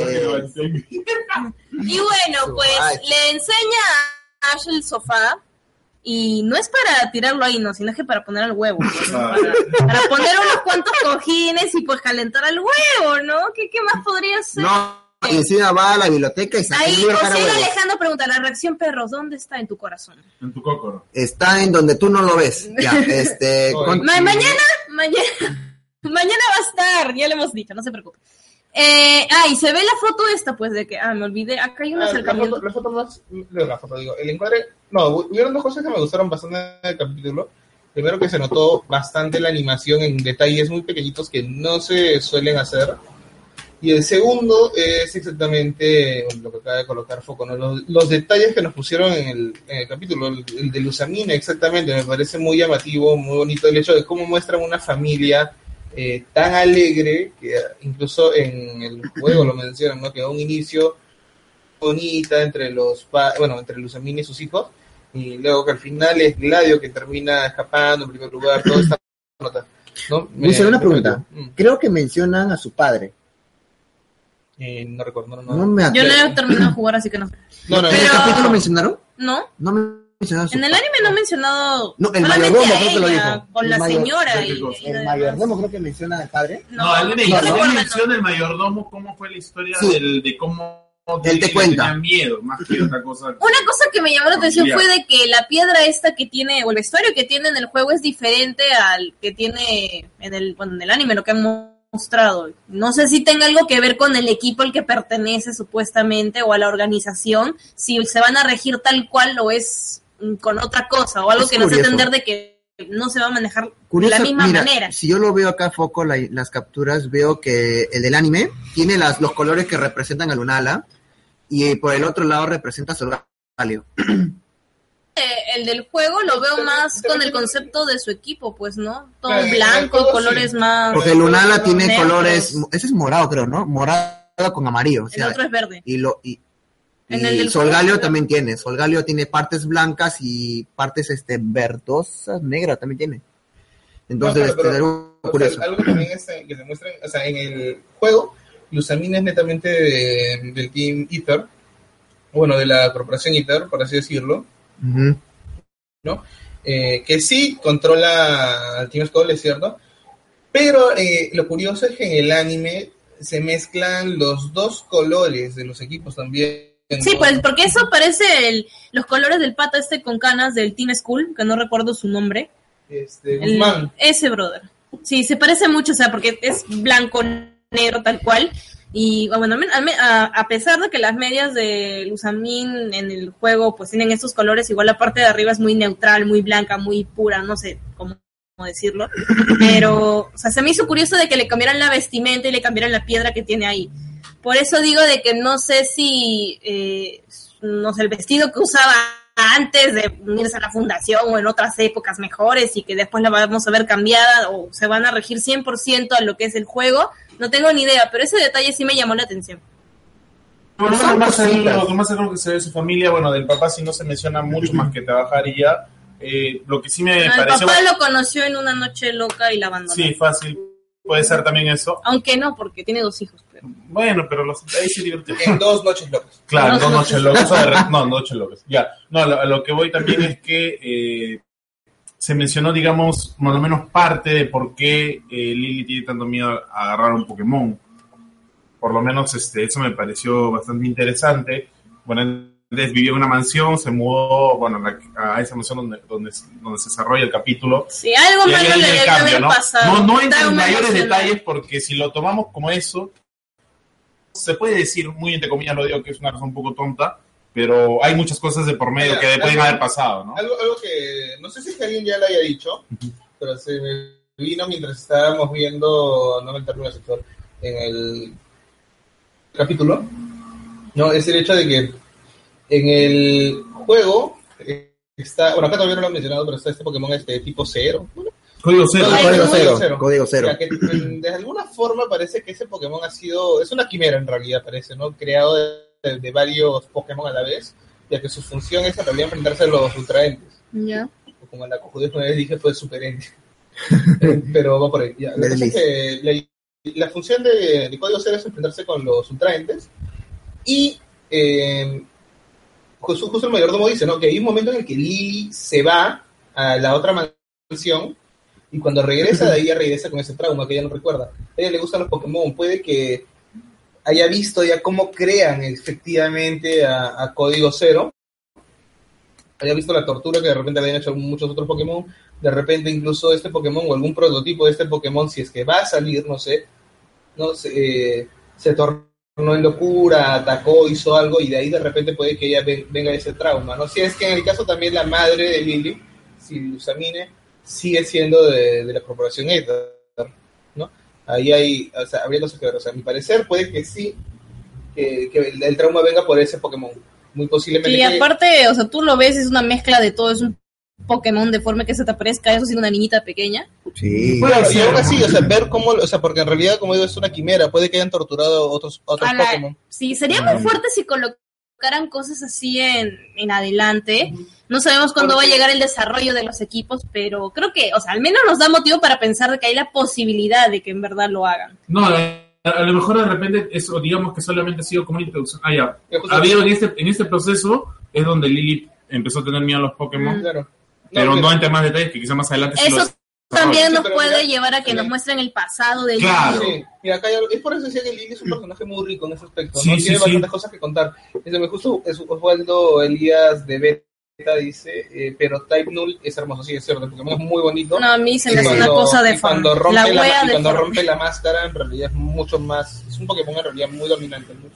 A: Y bueno, pues
D: Ay.
A: le enseña a Ash el sofá. Y no es para tirarlo ahí, no, sino que para poner el huevo. pues, ¿no?
B: Ah.
A: para, para poner unos cuantos cojines y pues calentar el huevo, ¿no? ¿Qué, qué más podría ser?
D: No, y encima va a la biblioteca y saca el
A: ahí
D: libro cara
A: José
D: huevo.
A: Alejandro pregunta, la reacción perros, ¿dónde está en tu corazón?
B: En tu cócoro.
D: Está en donde tú no lo ves. Ya, este,
E: Oye.
D: con-
A: Ma- mañana, mañana, mañana va a estar, ya le hemos dicho, no se preocupe. Eh, ah, y se ve la foto esta, pues, de que, ah, me olvidé, acá hay un
E: Ah, La
A: acercamiento.
E: foto, la foto más. no, la foto, digo. El encuadre. No, hu- hubieron dos cosas que me gustaron bastante del capítulo. Primero, que se notó bastante la animación en detalles muy pequeñitos que no se suelen hacer. Y el segundo es exactamente lo que acaba de colocar Foco, ¿no? los, los detalles que nos pusieron en el, en el capítulo, el, el de Luzamina, exactamente, me parece muy llamativo, muy bonito el hecho de cómo muestran una familia eh, tan alegre que incluso en el juego lo mencionan, ¿no? que a un inicio bonita entre los pa- bueno entre Luzamina y sus hijos y luego que al final es Gladio que termina escapando en primer lugar toda esta nota ¿no?
D: Luce, una pregunta.
E: Mm,
D: creo que mencionan a su padre.
E: eh, no recuerdo no,
D: No
E: no.
D: me
A: Yo no
D: acuerdo.
A: he terminado de jugar, así que no.
E: No, no,
D: ¿En el
A: Pero-
D: capítulo mencionaron?
A: ¿No?
D: No me mencionaron a su
A: En el anime no he mencionado
D: No, el
A: solamente
D: mayordomo
A: a
D: creo que lo
A: ella,
D: dijo.
A: con la
D: El mayor-
A: señora y,
B: creo que
A: y
D: El
A: demás.
D: mayordomo creo que menciona al padre.
A: No,
B: No, él le
A: yo
B: menciona, él
A: recuerdo, no.
B: menciona el mayordomo, cómo fue la historia
D: Sí.
B: del, de cómo
D: Él te
B: le
D: cuenta.
B: tenía miedo, más que otra cosa.
A: Una cosa que me llamó la atención
B: Familiar.
A: fue de que la piedra esta que tiene, o el vestuario que tiene en el juego es diferente al que tiene en el, bueno, en el anime, lo que han mostrado. No sé si tenga algo que ver con el equipo al que pertenece supuestamente o a la organización, si se van a regir tal cual o es mm, con otra cosa, o algo
D: Es
A: que nos hace
D: curioso.
A: entender de que no se va a manejar
D: Curioso,
A: de la misma
D: mira,
A: manera.
D: si yo lo veo acá a foco la- las capturas, veo que el del anime tiene las, los colores que representan a Lunala y eh, por el otro lado representa a Solgaleo.
A: Eh, el del juego lo veo
E: Pero-
A: más
E: pero-
A: con el concepto de su equipo, pues, ¿no? Todo
E: Claro,
A: blanco,
E: todo sí.
A: colores más...
D: Porque Lunala tiene
A: Negros.
D: colores, ese es morado creo, ¿no? Morado con amarillo. o
A: El
D: sea,
A: pues. otro es verde.
D: y lo y,
A: En el del
D: y Solgaleo
A: juego.
D: también tiene, Solgaleo tiene partes blancas y partes este verdosas, negras también tiene. Entonces,
E: No, pero-
D: este, es algo
E: O sea,
D: curioso.
E: algo que también es, eh, que se muestra, o sea, en el juego, Luzamina es netamente de- del Team Ether, bueno, de la corporación Ether, por así decirlo,
D: Ujú.
E: eh, que sí controla al Team Skull, es cierto, pero eh, lo curioso es que en el anime se mezclan los dos colores de los equipos también.
A: Sí, pues, porque eso parece el, los colores del pata este con canas del Team School, que no recuerdo su nombre.
E: Este,
A: El-
E: Guzmán.
A: ese brother. Sí, se parece mucho, o sea, porque es blanco, negro, tal cual. Y ah, bueno, al men- al men- a, a pesar de que las medias de Luzamin en el juego pues tienen estos colores, igual la parte de arriba es muy neutral, muy blanca, muy pura, no sé cómo, cómo decirlo. Pero, o sea, se me hizo curioso de que le cambiaran la vestimenta y le cambiaran la piedra que tiene ahí. Por eso digo de que no sé si, eh, no sé, el vestido que usaba antes de unirse a la fundación o en otras épocas mejores y que después la vamos a ver cambiada o se van a regir 100% a lo que es el juego, no tengo ni idea, pero ese detalle sí me llamó la atención.
B: Por lo
D: Son
B: menos más
D: cositas.
B: lo que más cercano que se ve de su familia, bueno, del papá sí no se menciona mucho más que trabajaría. Eh, lo que sí me
A: No, el
B: pareció...
A: papá lo conoció en una noche loca y la abandonó.
B: Sí, fácil. Puede ser también eso.
A: Aunque no, porque tiene dos hijos. Pero...
B: Bueno, pero los, ahí sí divertido.
E: En dos noches locas.
B: Claro,
A: No,
B: no,
A: no,
B: Noche
A: sí.
B: Locos. No, Noche Locos. Ya. No, lo, lo que voy también es que eh, se mencionó, digamos, por lo menos parte de por qué eh, Lily tiene tanto miedo a agarrar un Pokémon. Por lo menos este, eso me pareció bastante interesante. Bueno, antes vivía en una mansión, se mudó bueno, la- a esa mansión donde, donde, donde se desarrolla el capítulo.
A: Sí, algo
B: Y ahí
A: malo
B: hay
A: le
B: el
A: debe
B: cambio,
A: haber
B: ¿no?
A: pasado.
B: No, no entro en
A: Trauma
B: mayores
A: emocional.
B: detalles porque si lo tomamos como eso, se puede decir, muy entre comillas lo digo, que es una razón un poco tonta, pero hay muchas cosas de por medio que pueden haber pasado, ¿no?
E: Algo, algo que no sé si es que alguien ya lo haya dicho, pero se me vino mientras estábamos viendo, no el término sexual, en el capítulo. No, es el hecho de que en el juego eh, está, bueno, acá todavía no lo han mencionado, pero está este Pokémon este tipo cero, ¿no?
B: Código cero.
E: Ay,
D: Código cero,
E: O
D: código cero.
E: sea, que mm, de alguna forma parece que ese Pokémon ha sido, es una quimera en realidad, parece, ¿no? Creado de, de varios Pokémon a la vez, ya que su función es en realidad enfrentarse a los ultraentes.
A: Ya.
E: O Como en la cojudez una vez dije, fue superente. Eh, Pero va por ahí. ya. La, cosa es que la- la función de, de Código Cero es enfrentarse con los ultraentes y eh, justo, justo el mayordomo dice, ¿no? Que hay un momento en el que Lily se va a la otra mansión y cuando regresa de ahí ya regresa con ese trauma que ella no recuerda. A ella le gustan los Pokémon, puede que haya visto ya cómo crean efectivamente a, a Código Cero, haya visto la tortura que de repente le han hecho a muchos otros Pokémon, de repente incluso este Pokémon o algún prototipo de este Pokémon, si es que va a salir, no sé, no sé, eh, se torna tornó en locura, atacó, hizo algo y de ahí de repente puede que ella ven- venga ese trauma, ¿no? Si es que en el caso también la madre de Lily, si Lusamine, sigue siendo de, de la corporación Ether, ¿no? Ahí hay, o sea, habría cosas que ver, o sea, a mi parecer puede que sí, que, que el, el trauma venga por ese Pokémon, muy posiblemente.
A: Y
E: que-
A: aparte, o sea, tú lo ves, es una mezcla de todo, es un Pokémon deforme que se te aparezca, eso siendo una niñita pequeña.
D: Sí.
E: Claro, y aún así, o sea, ver cómo, o sea, porque en realidad, como digo, es una quimera, puede que hayan torturado otros, otros
A: A la-
E: Pokémon.
A: Sí, sería muy fuerte si colocaran cosas así en, en adelante. No sabemos cuándo va a llegar el desarrollo de los equipos, pero creo que, o sea, al menos nos da motivo para pensar de que hay la posibilidad de que en verdad lo hagan.
B: No, a, a lo mejor de repente, eso, digamos que solamente ha sido como una introducción. Ah, ya.
E: Que justo-
B: Había en este, en este proceso es donde Lily empezó a tener miedo a los Pokémon,
E: Mm, Claro. No,
B: pero no
E: mira,
B: entre más detalles, que quizá más adelante sí
A: Eso
B: los-
A: También
E: Sí,
A: nos
E: pero
A: puede
E: mira,
A: llevar a que
E: mira.
A: nos muestren el pasado de
B: Claro.
E: Sí, mira, acá hay algo- es por eso decía que Lili es un personaje muy rico en ese aspecto.
B: Sí,
E: ¿no?
B: sí,
E: Tiene
B: sí.
E: bastantes cosas que contar. Desde me justo es- Osvaldo Elías de Beta dice, eh, pero Type Null es hermoso, sí, es cierto, Pokémon es muy bonito.
A: No, a mí se
E: Y
A: me hace una
E: cuando-
A: cosa de
E: y cuando
A: forma.
E: rompe
A: La
E: la, ma-
A: wea
E: y
A: de
E: cuando
A: forma.
E: rompe la máscara, en realidad es mucho más, es un Pokémon en realidad muy dominante, muy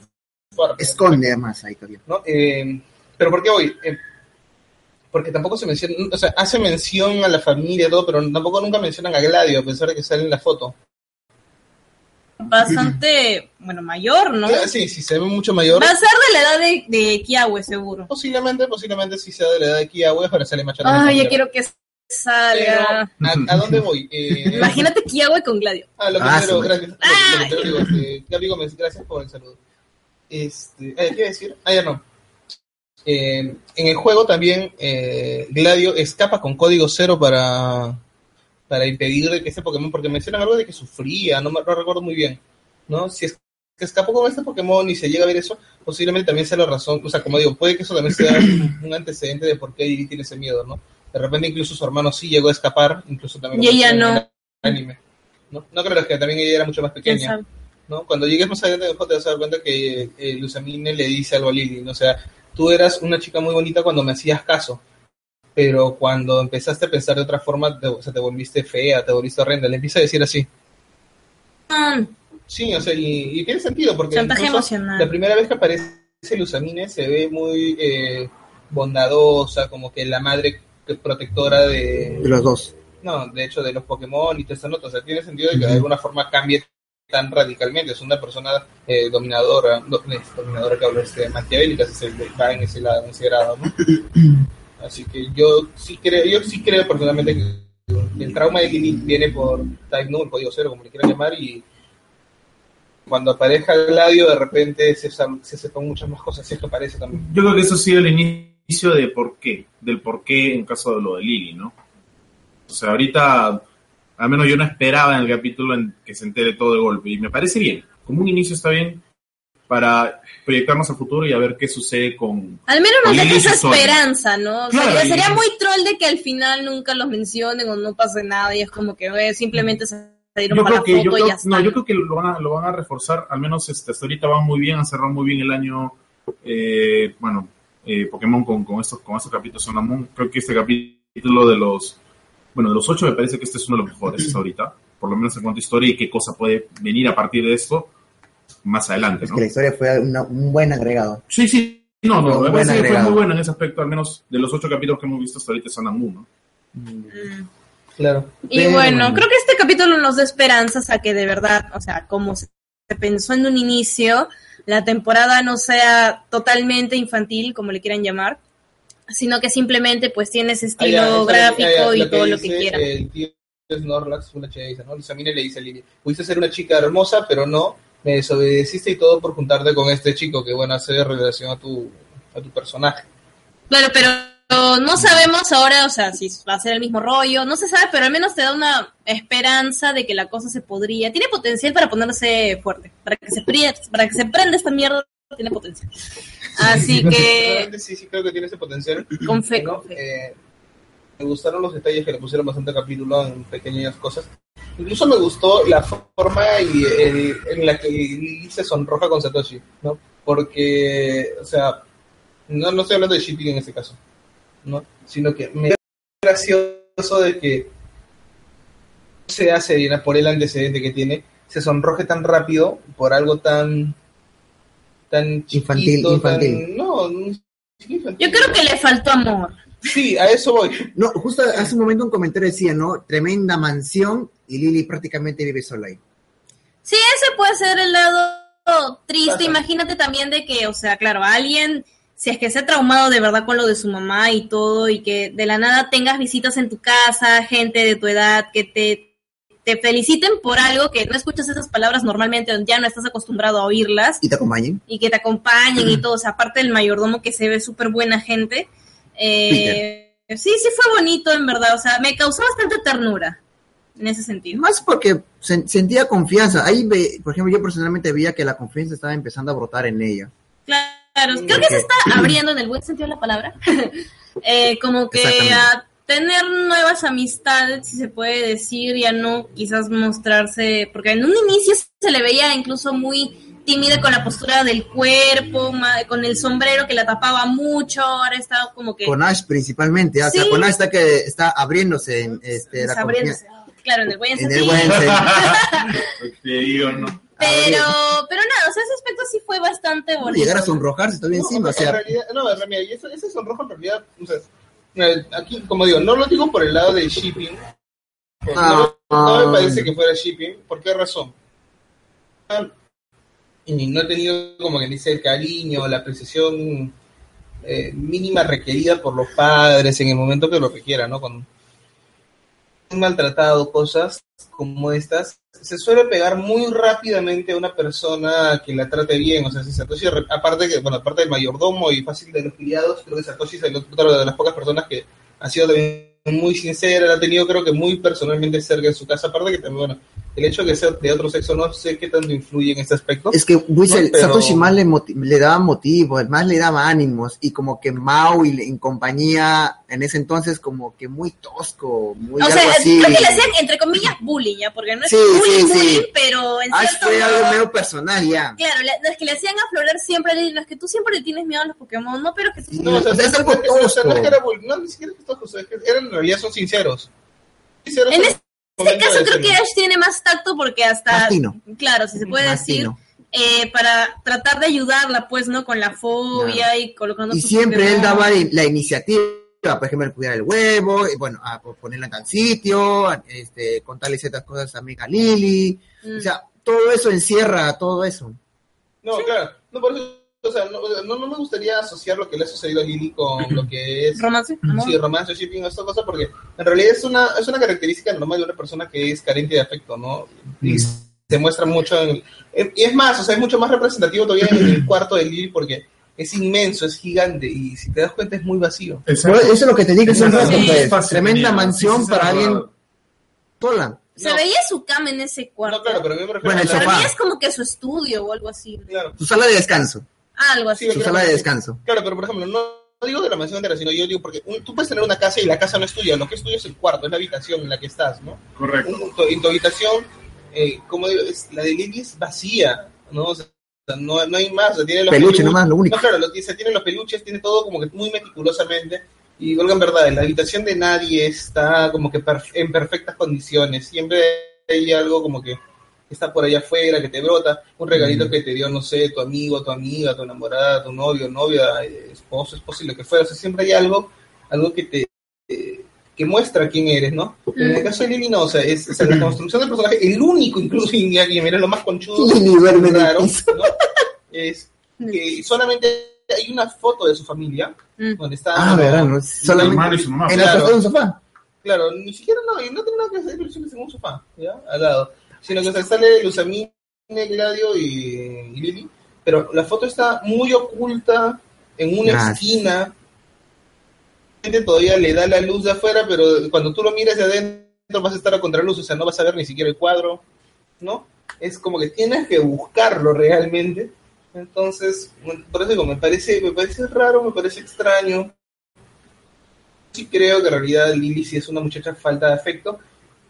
E: fuerte.
D: Esconde además ahí todavía.
E: ¿no? Eh, pero ¿por qué hoy? Eh, porque tampoco se menciona, o sea, hace mención a la familia y todo, pero tampoco nunca mencionan a Gladio, a pesar de que sale en la foto.
A: Bastante, bueno, mayor, ¿no?
E: Claro, Sí, sí, se ve mucho mayor.
A: Va a ser de la edad de, de Kiawe, seguro.
E: Posiblemente, posiblemente sí sea de la edad de Kiawe para salir machado.
A: Ay, ya quiero que salga.
E: ¿A, ¿A dónde voy? Eh,
A: Imagínate Kiawe con Gladio.
E: Ah, lo
D: Ah,
E: primero,
D: sí,
E: gracias. Lo, lo primero digo, eh, Gaby Gómez, gracias por el saludo. Este, eh, ¿Qué iba a decir? Ah, ya no. Eh, en el juego también eh, Gladio escapa con código cero para, para impedir de que ese Pokémon, porque mencionan algo de que sufría, no, me- no recuerdo muy bien, ¿no? Si es que escapó con este Pokémon y se llega a ver eso, posiblemente también sea la razón, o sea, como digo, puede que eso también sea un un antecedente de por qué Lily tiene ese miedo, ¿no? De repente incluso su hermano sí llegó a escapar, incluso también...
A: Y
E: lo
A: ella
E: mencionan en
A: no.
E: el anime. ¿no? No creo que también ella era mucho más
A: ¿Quién
E: pequeña,
A: sabe?
E: ¿no? Cuando llegues más adelante del juego te vas a dar cuenta que eh, eh, Luzamine le dice algo a Lily, ¿no? O sea, tú eras una chica muy bonita cuando me hacías caso, pero cuando empezaste a pensar de otra forma, te, o sea, te volviste fea, te volviste horrenda, le empieza a decir así.
A: Mm,
E: Sí, o sea, y, y tiene sentido porque
A: Chantaje
E: incluso
A: emocional.
E: la primera vez que aparece Luzamine se ve muy eh, bondadosa, como que la madre que- protectora de,
D: De los dos.
E: no, de hecho, de los Pokémon y todas esas notas. O sea, tiene sentido de que de alguna forma cambie tan radicalmente. Es una persona eh, dominadora, no, no es dominadora que hablo, este, maquiavélica, si se va en ese, lado, en ese grado, ¿no? Así que yo sí creo, yo sí creo personalmente que el trauma de Lily viene por Time Null, código cero, como le quieran llamar, y cuando aparezca Gladio, de repente se, sa- se sepan muchas más cosas, si es que aparece también.
B: Yo creo que eso ha sido el inicio de por qué, del por qué en caso de lo de Lily, ¿no? O sea, ahorita, al menos yo no esperaba en el capítulo en que se entere todo de golpe, y me parece bien, como un inicio está bien para proyectarnos a futuro y a ver qué sucede con...
A: Al menos nos
B: Oye,
A: deja esa
B: Lily Sony.
A: esperanza, ¿no? O sea,
B: Claro,
A: ya sería
B: y-
A: muy troll de que al final nunca los mencionen o no pase nada y es como que eh, simplemente se dieron
B: Yo
A: para
B: creo
A: la
B: que, yo
A: foto y
B: creo,
A: ya está.
B: no, yo creo que lo van, a, lo van a reforzar, al menos este, hasta ahorita van muy bien, han cerrado muy bien el año, eh, bueno, eh, Pokémon con, con estos con estos capítulos Sun and Moon. Creo que este capítulo de los, bueno, de los ocho me parece que este es uno de los mejores hasta ahorita, por lo menos en cuanto a historia y qué cosa puede venir a partir de esto más adelante,
D: Es
B: ¿no?
D: que la historia fue una- un buen agregado.
B: Sí, sí. No, no,
D: Un
B: me
D: buen
B: parece que fue
D: agregado.
B: muy bueno en ese aspecto, al menos de los ocho capítulos que hemos visto hasta ahorita, Sun and Moon, ¿no?
A: Mm.
E: Claro.
A: Y
D: Pero
A: bueno,
D: bueno.
A: creo que este capítulo nos da esperanzas a que de verdad, o sea, como se pensó en un inicio, la temporada no sea totalmente infantil, como le quieran llamar, sino que simplemente pues tiene ese
E: Ah, ya,
A: estilo
E: está bien,
A: gráfico
E: ya, ya,
A: y todo lo que
E: dice eh,
A: quiera.
E: El tío Snorlax, una chica dice, ¿no? Lusamine le dice a Lili, pudiste ser una chica hermosa, pero no, me desobedeciste y todo por juntarte con este chico, que bueno, hace relación a tu, a tu personaje.
A: Claro, pero no sabemos ahora, o sea, si va a ser el mismo rollo, no se sabe, pero al menos te da una esperanza de que la cosa se podría, tiene potencial para ponerse fuerte, para que se, prie, para que se prenda esta mierda, tiene potencial. Así que...
E: Sí, sí, creo que tiene ese potencial.
A: Con fe,
E: Bueno,
A: con fe.
E: eh, me gustaron los detalles que le pusieron bastante capítulo en pequeñas cosas. Incluso me gustó la forma y el- en la que Lily se sonroja con Satoshi, ¿no? Porque, o sea, no, no estoy hablando de shipping en este caso, ¿no? Sino que me gracioso de que se hace Irina, por el antecedente que tiene, se sonroje tan rápido por algo tan tan chiquito,
D: Infantil,
E: tan-
D: infantil.
E: no, no es infantil.
A: Yo creo que le faltó amor.
E: sí, a eso voy.
D: No, justo hace un momento un comentario decía, ¿no? Tremenda mansión y Lily prácticamente vive sola ahí.
A: Sí, ese puede ser el lado triste.
E: Ajá.
A: Imagínate también de que, o sea, claro, alguien, si es que se ha traumado de verdad con lo de su mamá y todo, y que de la nada tengas visitas en tu casa, gente de tu edad, que te, te feliciten por algo, que no escuchas esas palabras normalmente, o ya no estás acostumbrado a oírlas,
D: ¿Y te acompañan?
A: y que te acompañen y todo, o sea, aparte del mayordomo que se ve súper buena gente. Eh, sí, sí fue bonito, en verdad, o sea, me causó bastante ternura en ese sentido.
D: Más porque sen- sentía confianza. Ahí, ve- por ejemplo, yo personalmente veía que la confianza estaba empezando a brotar en ella.
A: Claro, creo que se está abriendo en el buen sentido de la palabra. Eh, como que
D: Exactamente.
A: a tener nuevas amistades, si se puede decir, ya no quizás mostrarse, porque en un inicio se le veía incluso muy tímida con la postura del cuerpo, ma- con el sombrero que la tapaba mucho, ahora está como que
D: Con Ash principalmente. O sea,
A: Sí.
D: con Ash está, que está abriéndose en este, la
A: desabriéndose. Claro, en el buen
D: confianza- En el
A: sentido.
D: buen sentido.
B: Pues, Te digo, ¿no?
A: Pero, pero nada, o sea, ese aspecto sí fue bastante bonito.
D: Llegar a sonrojarse todavía
E: No,
D: encima. O sea,
E: en realidad, no, en realidad, y eso- ese sonrojo en realidad, o sea, eh, aquí, como digo, no lo digo por el lado del shipping. porque
D: Ah.
E: No, no me parece que fuera shipping. ¿Por qué razón? Ah, Y no he tenido, como que dice, el cariño, la precisión eh, mínima requerida por los padres en el momento que lo requieran, ¿no? Cuando han maltratado cosas como estas, se suele pegar muy rápidamente a una persona que la trate bien. O sea, si Satoshi, re- aparte, que, bueno, aparte del mayordomo y fácil de los criados, creo que Satoshi es el otro de las pocas personas que ha sido también muy sincera, la ha tenido creo que muy personalmente cerca en su casa. Aparte que también, bueno, el hecho de que sea de otro sexo no sé qué tanto influye en este aspecto.
D: Es que Wiesel,
E: No, pero-
D: Satoshi más le, moti- le daba motivos, más le daba ánimos, y como que Mao y le- en compañía, en ese entonces, como que muy tosco, muy
A: O
D: algo
A: sea,
D: así.
A: creo que le hacían, entre comillas, bullying, ya, porque no es
D: Sí,
A: bullying,
D: sí, Ah, sí.
A: bullying, pero en
D: Ash
A: cierto
D: fue
A: modo-
D: algo medio personal ya.
A: Claro, la- las que le hacían aflorar siempre, le- las que tú siempre le tienes miedo a los Pokémon, no, pero que tú... este
E: No, o sea,
D: O sea, es algo
E: no, o sea, no es que
D: tosco.
E: era bull- no, ni siquiera es que tosco, o sea, es que eran, en realidad son sinceros. Sinceros
A: En
E: el
A: este
E: momento
A: caso
E: de
A: creo que
E: decirlo.
A: Ash tiene más tacto porque hasta...
D: Más fino.
A: Claro, si se puede
D: Más
A: decir,
D: fino.
A: eh, para tratar de ayudarla, pues, ¿no? Con la fobia y colocando
D: Y
A: sus
D: siempre él
A: Pokémon.
D: daba la la iniciativa, por ejemplo, el cuidar el huevo, y bueno, a por ponerla en tal sitio, a- este, contarle ciertas cosas a Mika Lily.
A: Mm.
D: O sea, todo eso encierra todo eso.
E: No, claro. No, por eso, o sea, no, no, no me gustaría asociar lo que le ha sucedido a Lily con lo que es
A: ¿Romance?
D: Mm.
A: ¿no?
E: sí, romance, shipping, esta cosa, porque en realidad es una, es una característica normal de una persona que es carente de afecto, ¿no? Y
D: Mm.
E: se muestra mucho en... en- Y es más, o sea, es mucho más representativo todavía en el cuarto de Lily porque es inmenso, es gigante y si te das cuenta es muy vacío.
D: Pero eso Pues, es lo que te digo, es un
A: Sí,
D: rato, pues,
B: fácil,
D: Tremenda
B: mira, sí,
D: mansión
B: sí,
D: para
B: sí,
D: alguien
B: verdad.
D: sola.
A: Se
E: No.
A: veía su cama en ese cuarto.
E: No, claro, pero a mí me refiero
D: Bueno,
E: a
D: el
E: la-
A: Para
D: sofá.
A: mí es como que su estudio o algo así.
E: Claro.
D: Su sala de descanso.
A: Algo así.
E: Sí,
D: Su sala de descanso.
E: Claro, pero por ejemplo, no, no digo de la mansión entera, sino yo digo porque un- tú puedes tener una casa y la casa no es tuya, lo que es tuyo es el cuarto, es la habitación en la que estás, ¿no?
B: Correcto.
E: Un- tu- en tu habitación, eh, como digo, es- la de Lily es vacía, ¿no? O sea, no, no hay más, o sea, tiene los
D: Peluche
E: pelu-
D: nomás, lo único.
E: No, claro, lo que- o sea, tiene los peluches, tiene todo como que muy meticulosamente. Y digo en verdad, la habitación de nadie está como que per- en perfectas condiciones. Siempre hay algo como que está por allá afuera, que te brota, un regalito que te dio, no sé, tu amigo, tu amiga, tu enamorada, tu novio, novia, eh, esposo, esposo, y lo que fuera. O sea, siempre hay algo, algo que te eh, que muestra quién eres, ¿no? En el caso de Lili, no, o sea, es, o sea, la construcción del personaje, el único incluso, y mira, lo más conchudo,
D: Lili duerme en el
E: raro,
D: piso.
E: ¿no? es que Eh, solamente hay una foto de su familia,
A: Mm.
E: donde está...
D: Ah, verdad, no,
B: Su
D: solamente.
B: hermano y su mamá.
D: En la
E: Claro.
D: tostada de un sofá.
E: claro, ni siquiera no, y no tiene nada que hacer ilusiones en un sofá, ¿ya? Al lado. Sino que o sea, sale Luzamine, Gladio y, y Lili, pero la foto está muy oculta en una
D: Gracias.
E: esquina. La gente todavía le da la luz de afuera, pero cuando tú lo miras de adentro vas a estar a contraluz, o sea, no vas a ver ni siquiera el cuadro, ¿no? Es como que tienes que buscarlo realmente. Entonces, por eso digo, me parece, me parece raro, me parece extraño. Sí creo que en realidad Lili sí es una muchacha falta de afecto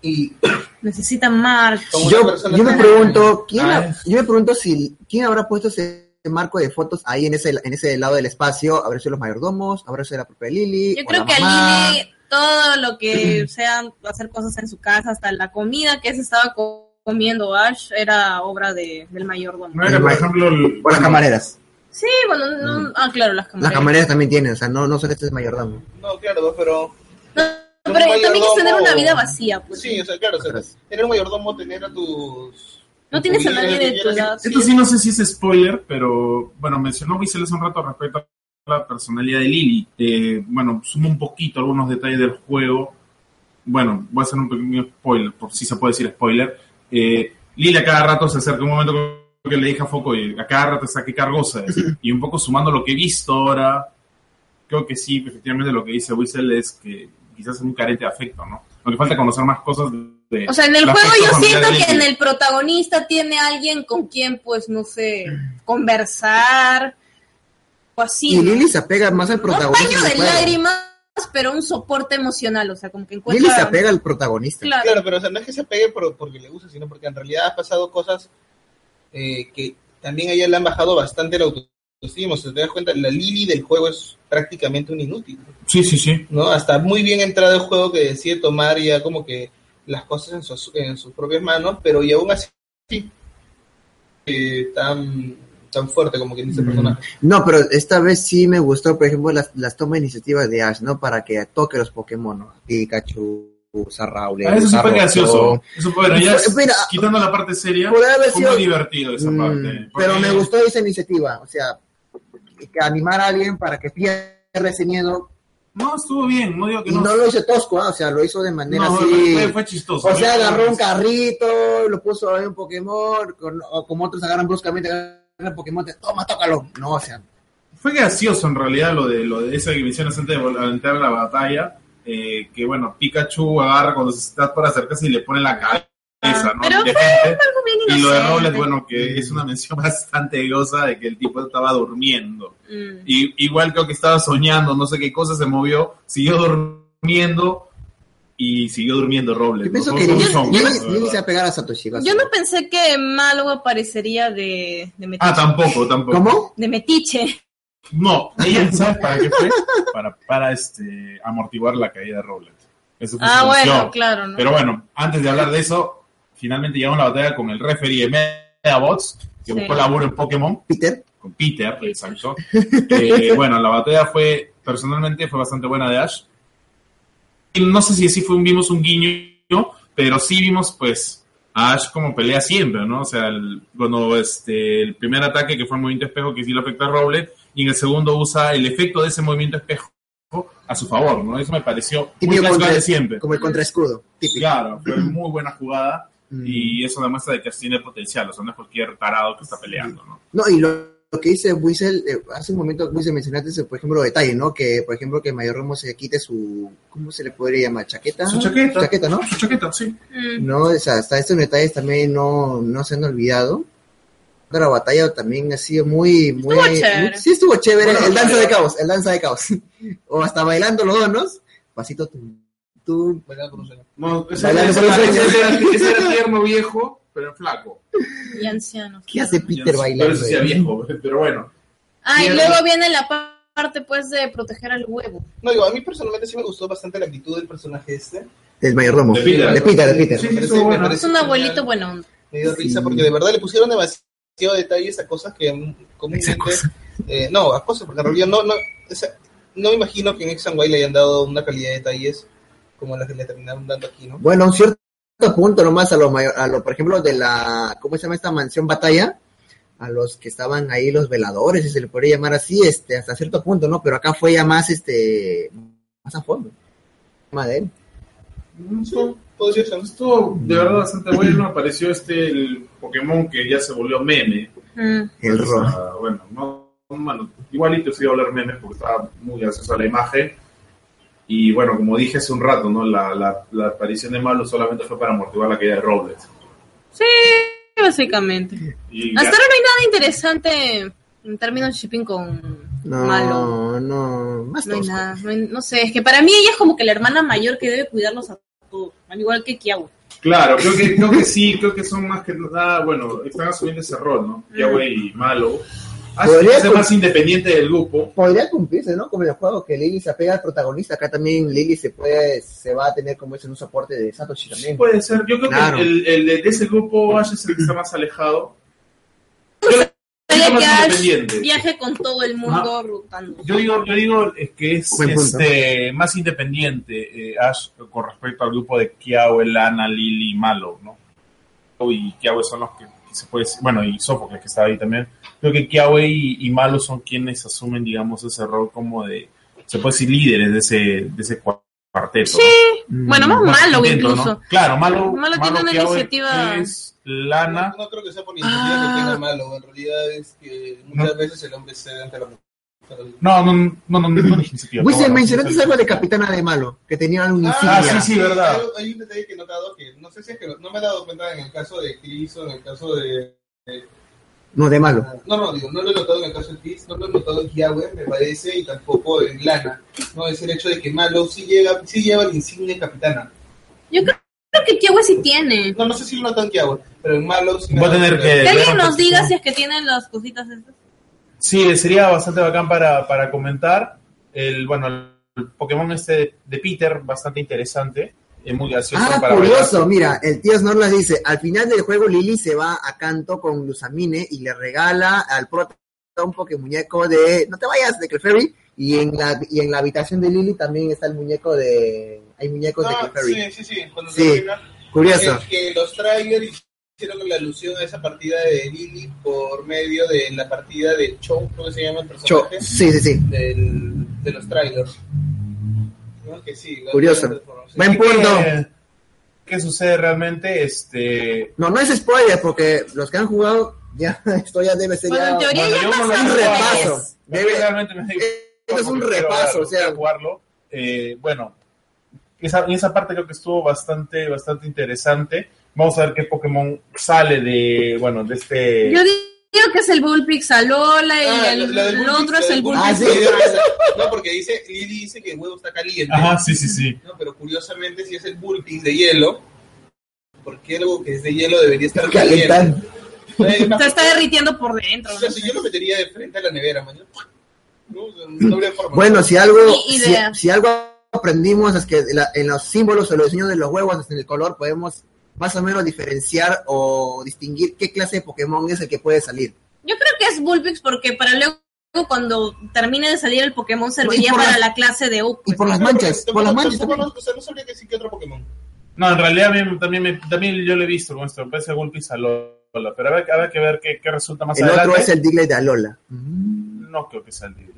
E: y
A: Necesita marcha.
E: como
D: Yo,
E: una persona
D: yo me
E: tan-
D: pregunto, ¿quién,
B: Ah,
D: ha-
B: es.
D: yo me pregunto si quién habrá puesto ese marco de fotos ahí en ese, en ese lado del espacio, habrá sido los mayordomos, habrá sido la propia Lili,
A: Yo
D: o
A: creo
D: la
A: que
D: mamá?
A: a Lili todo lo que sean hacer cosas en su casa, hasta la comida que se estaba co- comiendo Ash, era obra de, del mayordomo.
B: No era, por
D: Bueno.
B: ejemplo, el-
D: o las camareras.
A: Sí, bueno, no-
D: Mm.
A: ah, claro, las
D: Las
A: camareras.
D: camareras también tienen, o sea, no, no son este mayordomo.
E: No, claro, pero
A: No,
E: Un
A: pero también quieres tener
E: mayordomo.
A: una vida vacía, pues.
E: sí, o sea, claro, o sea, tener un mayordomo, tener a tus...
A: No tienes a nadie de tu edad.
B: Esto sí no sé si es spoiler, pero bueno, mencionó Wiesel hace un rato respecto a la personalidad de Lily. Eh, bueno, sumo un poquito algunos detalles del juego. Bueno, voy a hacer un pequeño spoiler, por si se puede decir spoiler. Eh, Lily a cada rato se acerca un momento que le dije a Foco, "Oye, a cada rato está que cargosa es". Y un poco sumando lo que he visto ahora, creo que sí, efectivamente lo que dice Wiesel es que quizás es un carente de afecto, ¿no? Lo que falta es conocer más cosas de...
A: O sea, en el
B: la
A: juego
B: afecto
A: yo
B: familiar
A: siento
B: de
A: que en
B: Lily.
A: el protagonista tiene alguien con quien, pues, no sé,
B: Mm.
A: conversar o así.
D: Y
A: ¿no?
D: Lili se apega más al
A: No un
D: protagonista.
A: paño
D: del
A: de
D: juego.
A: lágrimas, pero un soporte emocional, o sea, como que encuentra...
D: Lili se apega al protagonista.
A: Claro.
E: Claro, pero o sea, no es que se pegue por- porque le gusta, sino porque en realidad ha pasado cosas eh, que también a ella le han bajado bastante la autoestima. O sea, te das cuenta, la Lili del juego es prácticamente un inútil,
B: Sí, sí, sí.
E: ¿no? Hasta muy bien entrado el juego que decide tomar ya como que las cosas en sus, en sus propias manos, pero y aún así eh, tan, tan fuerte como quien dice el
D: Mm.
E: personaje.
D: No, pero esta vez sí me gustó, por ejemplo, las, las tomas de iniciativas de Ash, ¿no? Para que toque los Pokémon, ¿no? Pikachu, Sarraule.
B: Ah, eso sí fue
D: Garroto.
B: gracioso. Eso fue, bueno, ya
D: Fue- mira,
B: quitando la parte seria,
D: podría haber
B: fue
D: sido-
B: muy divertido esa
D: Mm,
B: parte. porque-
D: pero me gustó esa iniciativa, o sea, que animar a alguien para que pierda ese miedo.
B: No, estuvo bien, no digo que
D: Y
B: no.
D: no lo hizo tosco, ¿ah? o sea, lo hizo de manera
B: No,
D: así.
B: fue, fue chistoso.
D: O sea, agarró un carrito, lo puso ahí un Pokémon, con- o como otros agarran bruscamente, agarran Pokémon, te- toma, tócalo. No, o sea,
B: Fue gracioso en realidad lo de, lo de esa que me hicieron antes de vol- entrar a la batalla. eh, que bueno, Pikachu agarra cuando se está por acercarse y le pone la cabeza, ¿no?
A: Pero
B: De
A: fue
B: gente.
A: Algo bien
B: y lo de
A: inocente.
B: Robles, bueno, que es una mención bastante grosa de que el tipo estaba durmiendo.
A: Mm.
B: Y, igual creo que estaba soñando, no sé qué cosa se movió, siguió durmiendo y siguió durmiendo Robles.
D: yo
B: ¿no?
D: pienso
B: Todos
D: que
B: son
D: Lili
B: zombies,
D: Lili-
B: la
D: Lili
B: verdad.
D: se va a pegar a Satoshi. va a
A: Yo no
D: ser.
A: pensé que Malgo aparecería de, de metiche.
B: Ah, tampoco, tampoco.
D: ¿Cómo?
A: De metiche.
B: No, ella sabe para qué fue, para, para este, amortiguar la caída de Robles. Eso fue
A: Ah,
B: su función.
A: bueno, claro, ¿no?
B: Pero bueno, antes de hablar de eso, finalmente llegamos a la batalla con el referee Medabots,
A: Sí.
B: que buscó laburo en Pokémon.
D: Peter.
B: con Peter,
A: Peter.
B: exacto. Eh, bueno, la batalla fue, personalmente, fue bastante buena de Ash. Y no sé si sí fue un- vimos un guiño, pero sí vimos, pues, a Ash como pelea siempre, ¿no? O sea, el- cuando este, el primer ataque que fue el movimiento espejo que sí le afecta a Roble, y en el segundo usa el efecto de ese movimiento espejo a su favor, ¿no? Eso me pareció muy
D: Típico
B: clásico
D: contra-
B: de siempre.
D: Como el contraescudo. Típico.
B: Claro, fue muy buena jugada
D: Mm.
B: y eso demuestra de que Ash tiene potencial, o sea, no es cualquier tarado que está peleando, ¿no?
D: No, y lo, lo que dice Wiesel, eh, hace un momento Wiesel mencionaste, ese, por ejemplo, detalle, ¿no? Que, por ejemplo, que Mayordomo se quite su, ¿cómo se le podría llamar? ¿Chaqueta?
B: Su chaqueta.
D: Ah, Chaqueta, ¿no?
B: Su chaqueta, sí.
A: Mm.
D: No, o sea, hasta estos detalles también no, no se han olvidado. Pero la batalla también ha sido muy, muy,
A: Estuvo chévere.
D: sí estuvo chévere,
B: Bueno,
D: el danza de caos, el danza de caos, o hasta bailando los dos, ¿no? Pasito tú, tú,
E: ¿Verdad, Bruce?
B: No, ese,
D: Bailando
B: ese-
D: con los
B: ese-
D: ojos.
B: ese era, ese era tierno viejo, pero flaco.
A: Y ancianos.
D: ¿qué hace
B: Ya no
D: Peter
B: sé,
D: bailando?
B: Por eso decía
D: eh?
B: viejo, pero bueno.
A: Ah, y
B: Bien.
A: luego viene la pa- parte, pues, de proteger al huevo.
E: No, digo, a mí personalmente sí me gustó bastante la actitud del personaje este.
D: Del mayordomo,
B: De Peter.
D: de Peter, de Peter.
B: Sí,
E: Me
B: sí,
E: parece-
B: estuvo
E: me
B: bueno.
E: parece
A: Es un
E: genial.
A: abuelito buena onda.
E: Me dio risa
D: Sí.
E: porque de verdad le pusieron demasiado detalles a cosas que mm, comúnmente. eh, no, a cosas, porque en realidad no, no, o sea, no me imagino que en X and Y le hayan dado una calidad de detalles como las que le terminaron dando aquí, ¿no?
D: Bueno, un cierto punto nomás a los mayor, a lo, por ejemplo, de la, ¿cómo se llama esta mansión batalla? A los que estaban ahí los veladores, si se le podría llamar así, este, hasta cierto punto, ¿no? Pero acá fue ya más, este, más a fondo. Madre.
B: Mm, Estuvo- Mm.
E: Podría ser.
B: Estuvo de verdad bastante bueno. Apareció este el Pokémon que ya se volvió meme.
A: Mm.
D: El
B: O sea,
D: rock.
B: bueno, no, bueno, igualito fui a hablar memes porque estaba muy graciosa la imagen. Y bueno, como dije hace un rato, ¿no? La, la, la aparición de Malo solamente fue para amortiguar la caída de Robles.
A: Sí, básicamente.
B: Y
A: Hasta
B: ya-
A: ahora no hay nada interesante en términos de shipping con
D: No,
A: Malo.
D: no, más
A: No hay
D: tosco.
A: nada, no, hay- no sé, es que para mí ella es como que la hermana mayor que debe cuidarlos a todos, al igual que Kiawe.
B: Claro, creo que, creo que sí, creo que son más que nada, bueno, están asumiendo ese rol, ¿no? Yahweh y Malo. Ah, Hace
D: Podría
B: hace
D: con-
B: más independiente del grupo.
D: Podría cumplirse, ¿no? Como en el juego que Lily se apega al protagonista. Acá también Lily se puede, se va a tener como es en un soporte de Satoshi
B: Sí,
A: Pues,
D: también.
B: puede ser. Yo creo
D: Claro.
B: que el, el de de ese grupo Ash es el que está más alejado. Yo
A: Ella
B: creo que
A: que
B: es más
A: Ash
B: independiente.
A: viaje con todo el mundo rotando.
B: Ah. Yo digo, yo digo es que es
D: Buen punto.
B: este, más independiente eh, Ash con respecto al grupo de Kiawe, Lana, Lily y Malo, ¿no? Y Kiawe son los que, que se puede decir- bueno, y Sófocles que está ahí también. Creo que Kiawe y, y Malo son quienes asumen, digamos, ese rol como de, se puede decir, líderes de ese, de ese cua- cuarteto.
A: Sí,
B: Mm.
A: bueno, más malo
B: Entiendo,
A: incluso.
B: ¿no? Claro, Malo,
A: Malo tiene una
B: Kiawe
A: iniciativa.
B: es Lana.
E: No, no creo que sea por iniciativa que tenga malo. En realidad es que muchas veces el hombre cede ante la mujer.
B: No, no, no, no, no, no, no, iniciativa,
D: Wilson,
B: pero bueno,
D: mencionaste
B: sí,
D: algo de Capitana de Malo, que tenía un
B: Ah,
D: insignia.
B: sí, sí, verdad.
E: Hay, hay un detalle que he notado que no sé si es que no me he dado cuenta en el caso de Chris o en el caso de.
D: No, de Malo.
E: No, no, digo, no lo he notado en el caso de Chris, no lo he notado en Yahweh, me parece, y tampoco en Lana. No es el hecho de que Malo sí, llega, sí lleva el insignia de capitana.
A: Yo creo, creo que Kiawe sí tiene.
E: No, no sé si lo notan en Yahweh, pero en Malo sí me
B: Va a
E: he dado
B: tener
E: cuenta.
B: que-
A: Que alguien
B: Veamos
A: nos
B: si-
A: diga si es que tienen las cositas estas.
B: Sí, sería bastante bacán para, para comentar. El, bueno, el Pokémon este de, de Peter, bastante interesante. Es muy gracioso
D: Ah,
B: para
D: curioso,
B: bailar.
D: mira, el tío Snorlax dice, al final del juego Lily se va a canto con Luzamine y le regala al prota un poke muñeco de, no te vayas, de Clefairy, y en la, y en la habitación de Lily también está el muñeco de, hay muñecos de
E: Ah,
D: Clefairy.
E: sí, sí, sí. Cuando
D: Sí.
E: se refiere-
D: Curioso.
E: Eh, Que, que los trailers hicieron la alusión a esa partida de Lily por medio de la partida de Cho, ¿cómo se llama el
D: Cho-
E: personaje?
D: sí, sí, sí.
E: Del, de los trailers. ¿No? Que sí, la-
D: Curioso.
E: la- la-
D: Buen
E: sí.
D: punto.
B: ¿Qué, qué sucede realmente? Este,
D: No, no es spoiler, porque los que han jugado, ya, esto ya debe ser
A: Bueno, en
D: ya...
A: teoría
B: bueno,
A: ya
B: yo no lo
A: pasaron
D: un
B: he
A: varias.
D: repaso.
B: jugado. A mí realmente me da igual
D: Esto es un
B: porque quiero
D: repaso,
B: hablarlo,
D: o sea.
B: quiero jugarlo. Eh, bueno, esa, en esa parte creo que estuvo bastante, bastante interesante. Vamos a ver qué Pokémon sale de, bueno, de este...
A: Yo digo que es el Bullpix a Lola y
E: Ah,
A: el,
E: la- la del
A: el otro
E: Bullpix,
A: es
E: la
A: el
E: del
A: Bullpix.
D: Ah, sí.
E: Bullpix. No, porque dice, Lily dice que el huevo está caliente.
B: Ajá, sí, sí, sí.
E: No, pero curiosamente, si es el Bullpix de hielo, ¿por qué algo que es de hielo debería estar caliente?
D: Calentan.
E: No, es más-
A: Se está derritiendo por dentro.
E: O sea, si yo lo metería de frente a la nevera, man. No, o sea, no habría forma.
D: Bueno, si algo,
A: Ni
D: si,
A: idea.
D: si algo aprendimos es que la- en los símbolos o los diseños de los huevos, en el color, podemos más o menos diferenciar o distinguir qué clase de Pokémon es el que puede salir.
A: Yo creo que es Bullpix porque para luego cuando termine de salir el Pokémon serviría
D: por
A: para
D: la-
A: la clase de Oak.
D: Y por las
E: Pero,
D: manchas,
E: pero,
D: por las
E: tampoco-
D: manchas
E: tampoco
D: también.
E: no- o sea, no sabría que sí que otro Pokémon.
B: No, en realidad a mí también, me- también yo lo he visto con esto, me parece Vulpix a Lola, pero habrá, habrá que ver qué, qué resulta más
D: El
B: adelante.
D: otro es el Diglett de Alola.
B: No creo que sea el Diglett.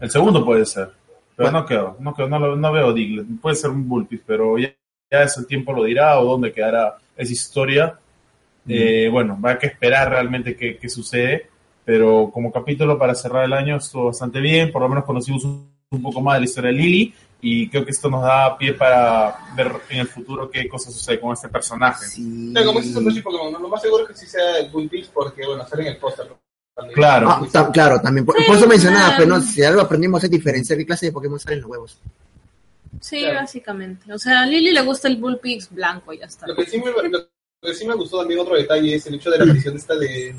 B: El segundo puede ser, pero
D: Bueno.
B: no creo, no creo, no, lo- no veo Diglett. Puede ser un Vulpix, pero ya, ya eso el tiempo lo dirá o dónde quedará esa historia. Eh, bueno, habrá que esperar realmente qué, qué sucede, pero como capítulo para cerrar el año estuvo bastante bien, por lo menos conocimos un, un poco más de la historia de Lily. Y creo que esto nos da pie para ver en el futuro qué cosa sucede con este personaje.
D: Sí. Ah,
E: No, como dices, son dos Pokémon. ¿no? Lo más seguro es que sí sea el Bullpix porque, bueno, sale en el póster. también.
B: Claro.
D: Ah, ta- claro, también. Por, por eso
A: Sí,
D: mencionaba,
A: claro.
D: pero no, si algo aprendimos es diferenciar qué clase de Pokémon salen los huevos.
A: Sí,
E: Claro.
A: básicamente. O sea, a Lily le gusta el Bullpix blanco y ya está.
E: Lo que, sí me, lo que sí me gustó también otro detalle es el hecho de la aparición esta de...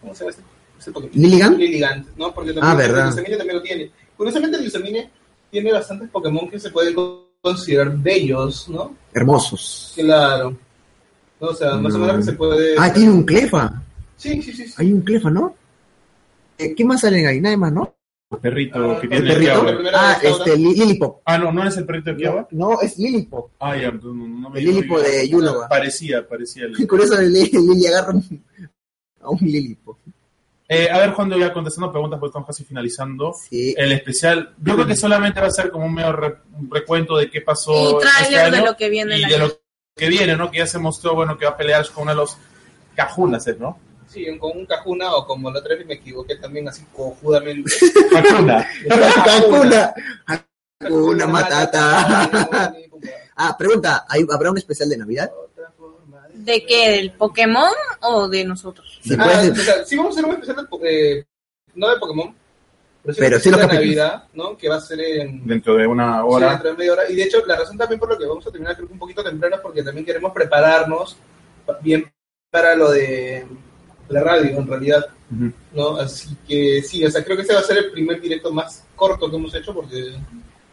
E: ¿Cómo se llama este, este Pokémon?
D: ¿Lilligant?
E: Lilligant, ¿no? Porque
D: Ah,
E: también el
D: verdad.
E: Lusamine también lo tiene. Curiosamente, el Lusamine tiene bastantes Pokémon que se pueden co- considerar bellos, ¿no?
D: Hermosos.
E: Claro. O sea, más o menos que se puede...
D: Ah, tiene un Clefa.
E: Sí, sí, sí. sí.
D: Hay un Clefa, ¿no? Eh, ¿Qué más salen ahí? Nadie más, ¿no?
B: perrito
E: Ah,
B: que
E: el
D: ¿El
B: tiene el
D: perrito?
B: Kiawe.
D: Ah, este, Li- Lillipop.
B: Ah, no, no es el perrito de Kiawe.
D: No, no, es Lillipop.
B: Ah, ya, no, no, no me
D: El Lilipo de Yunova.
B: Parecía, parecía el.
D: Curioso, Lily, Lily agarra un- a un Lillipop.
B: Eh, a ver, Juan, voy a contestando preguntas porque estamos casi finalizando
D: Sí.
E: Eh,
B: el especial. Yo creo que solamente va a ser como un medio re- un recuento de qué pasó.
A: Y tráiler
B: este año
A: de lo que viene el
B: Y de
A: año.
B: lo que viene, ¿no? Que ya se mostró, bueno, que va a pelear con uno de los cajunas, ¿eh? ¿no?
E: Sí, con un cajuna o como la otra vez me equivoqué también, así Ah, cojudamente.
B: Cajuna.
D: Hakuna. Hakuna Matata. Ah, pregunta, ¿hay- ¿habrá un especial de Navidad?
A: ¿De qué? ¿Del Pokémon o de nosotros?
D: Si
E: Ah,
D: puedes-
E: o sea, sí vamos a hacer un especial de, po- eh, no de Pokémon, pero sí, un
D: Pero sí
E: especial
D: los
E: de
D: capítulos.
E: Navidad, ¿no? Que va a ser en...
B: Dentro de una
E: sí,
B: hora.
E: dentro de media hora. Y de hecho, la razón también por la que vamos a terminar creo que un poquito temprano es porque también queremos prepararnos pa- bien para lo de la radio, en realidad,
B: Ujú.
E: ¿no? Así que sí, o sea, creo que ese va a ser el primer directo más corto que hemos hecho porque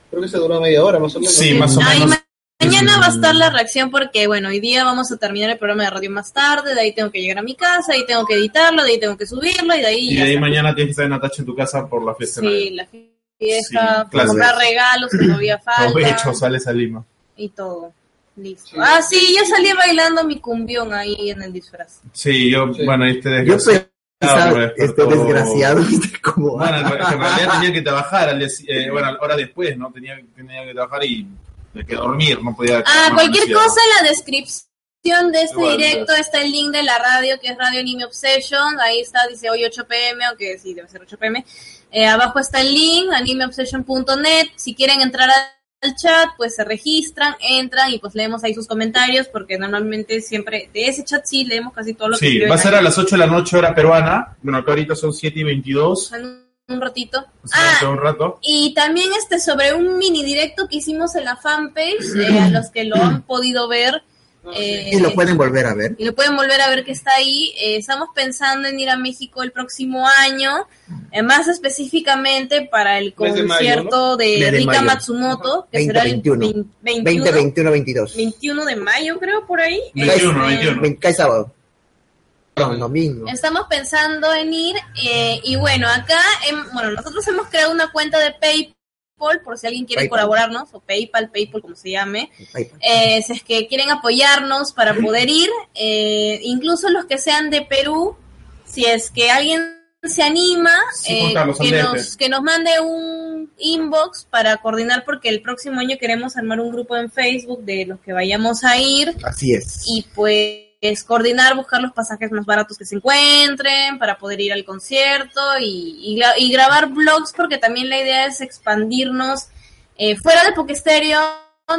E: creo que se duró media hora más o menos.
B: Sí, más o
A: Ah, y
B: menos.
A: ma- mañana va a estar
B: Mm.
A: la reacción porque, bueno, hoy día vamos a terminar el programa de radio más tarde, de ahí tengo que llegar a mi casa, de ahí tengo que editarlo, de ahí tengo que subirlo y de ahí...
B: Y de
A: ya
B: ahí
A: está.
B: mañana tienes que estar en Natacha en tu casa por la fiesta. de
A: Sí,
B: Navidad.
A: la
B: Sí,
A: fiesta,
B: claro.
A: comprar regalos que todavía
B: Aprovecho,
A: falta
B: sales a Lima.
A: y todo. Listo. Ah, sí, ya salí bailando mi cumbión ahí en el disfraz.
B: Sí, yo,
E: Sí.
B: bueno, este
D: Yo
B: desgraciado.
E: Ah,
D: pensaba,
B: me
D: este
B: despertó-
D: desgraciado, este, como... ah,
B: Bueno, en re- en realidad tenía que trabajar, al día si- eh, bueno, horas después, ¿no? Tenía, tenía que trabajar y tenía que dormir, no podía...
A: Ah,
B: no,
A: cualquier
B: no hacía-
A: cosa en la descripción de este
B: Igual,
A: directo está el link de la radio, que es Radio Anime Obsession. Ahí está, dice hoy 8 pm, aunque sí, debe ser 8 pm. Eh, abajo está el link, animeobsession.net. Si quieren entrar a- al chat, pues se registran, entran y pues leemos ahí sus comentarios, porque normalmente siempre de ese chat sí leemos casi todo lo que
B: Sí,
A: escriben
B: va a ser
A: ahí.
B: a las 8 de la noche hora peruana, bueno, acá ahorita son 7 y 22,
A: En un- un ratito.
B: o sea, dentro
A: Ah,
B: de un rato.
A: Y también este sobre un mini directo que hicimos en la fanpage, eh, a los que lo han podido ver. eh,
D: Y lo pueden volver a ver.
A: y lo pueden volver a ver que está ahí. Eh, estamos pensando en ir a México el próximo año, eh, más específicamente para el
E: Mes de
A: concierto
E: mayo,
A: de
D: Mes de
A: Rika
D: mayo.
A: Matsumoto, que
D: 20,
A: será el
D: 21.
A: 20, 21,
D: 20, 21, 22.
A: 21 de mayo, creo, por ahí.
B: 21,
A: Este,
B: 21.
D: Ven, Cae sábado. Perdón, domingo.
A: Estamos pensando en ir eh, y bueno, acá, em- bueno, nosotros hemos creado una cuenta de PayPal por si alguien quiere
D: PayPal.
A: colaborarnos, o PayPal, PayPal como se llame,
D: Ahí está.
A: eh, si es que quieren apoyarnos para poder ir, eh, incluso los que sean de Perú, si es que alguien se anima,
B: Sí,
A: eh,
B: Juan Carlos,
A: que,
B: andate.
A: nos, que nos mande un inbox para coordinar porque el próximo año queremos armar un grupo en Facebook de los que vayamos a ir
D: Así es.
A: y pues coordinar, buscar los pasajes más baratos que se encuentren para poder ir al concierto y, y gra- y grabar vlogs porque también la idea es expandirnos eh, fuera de Pokestéreo,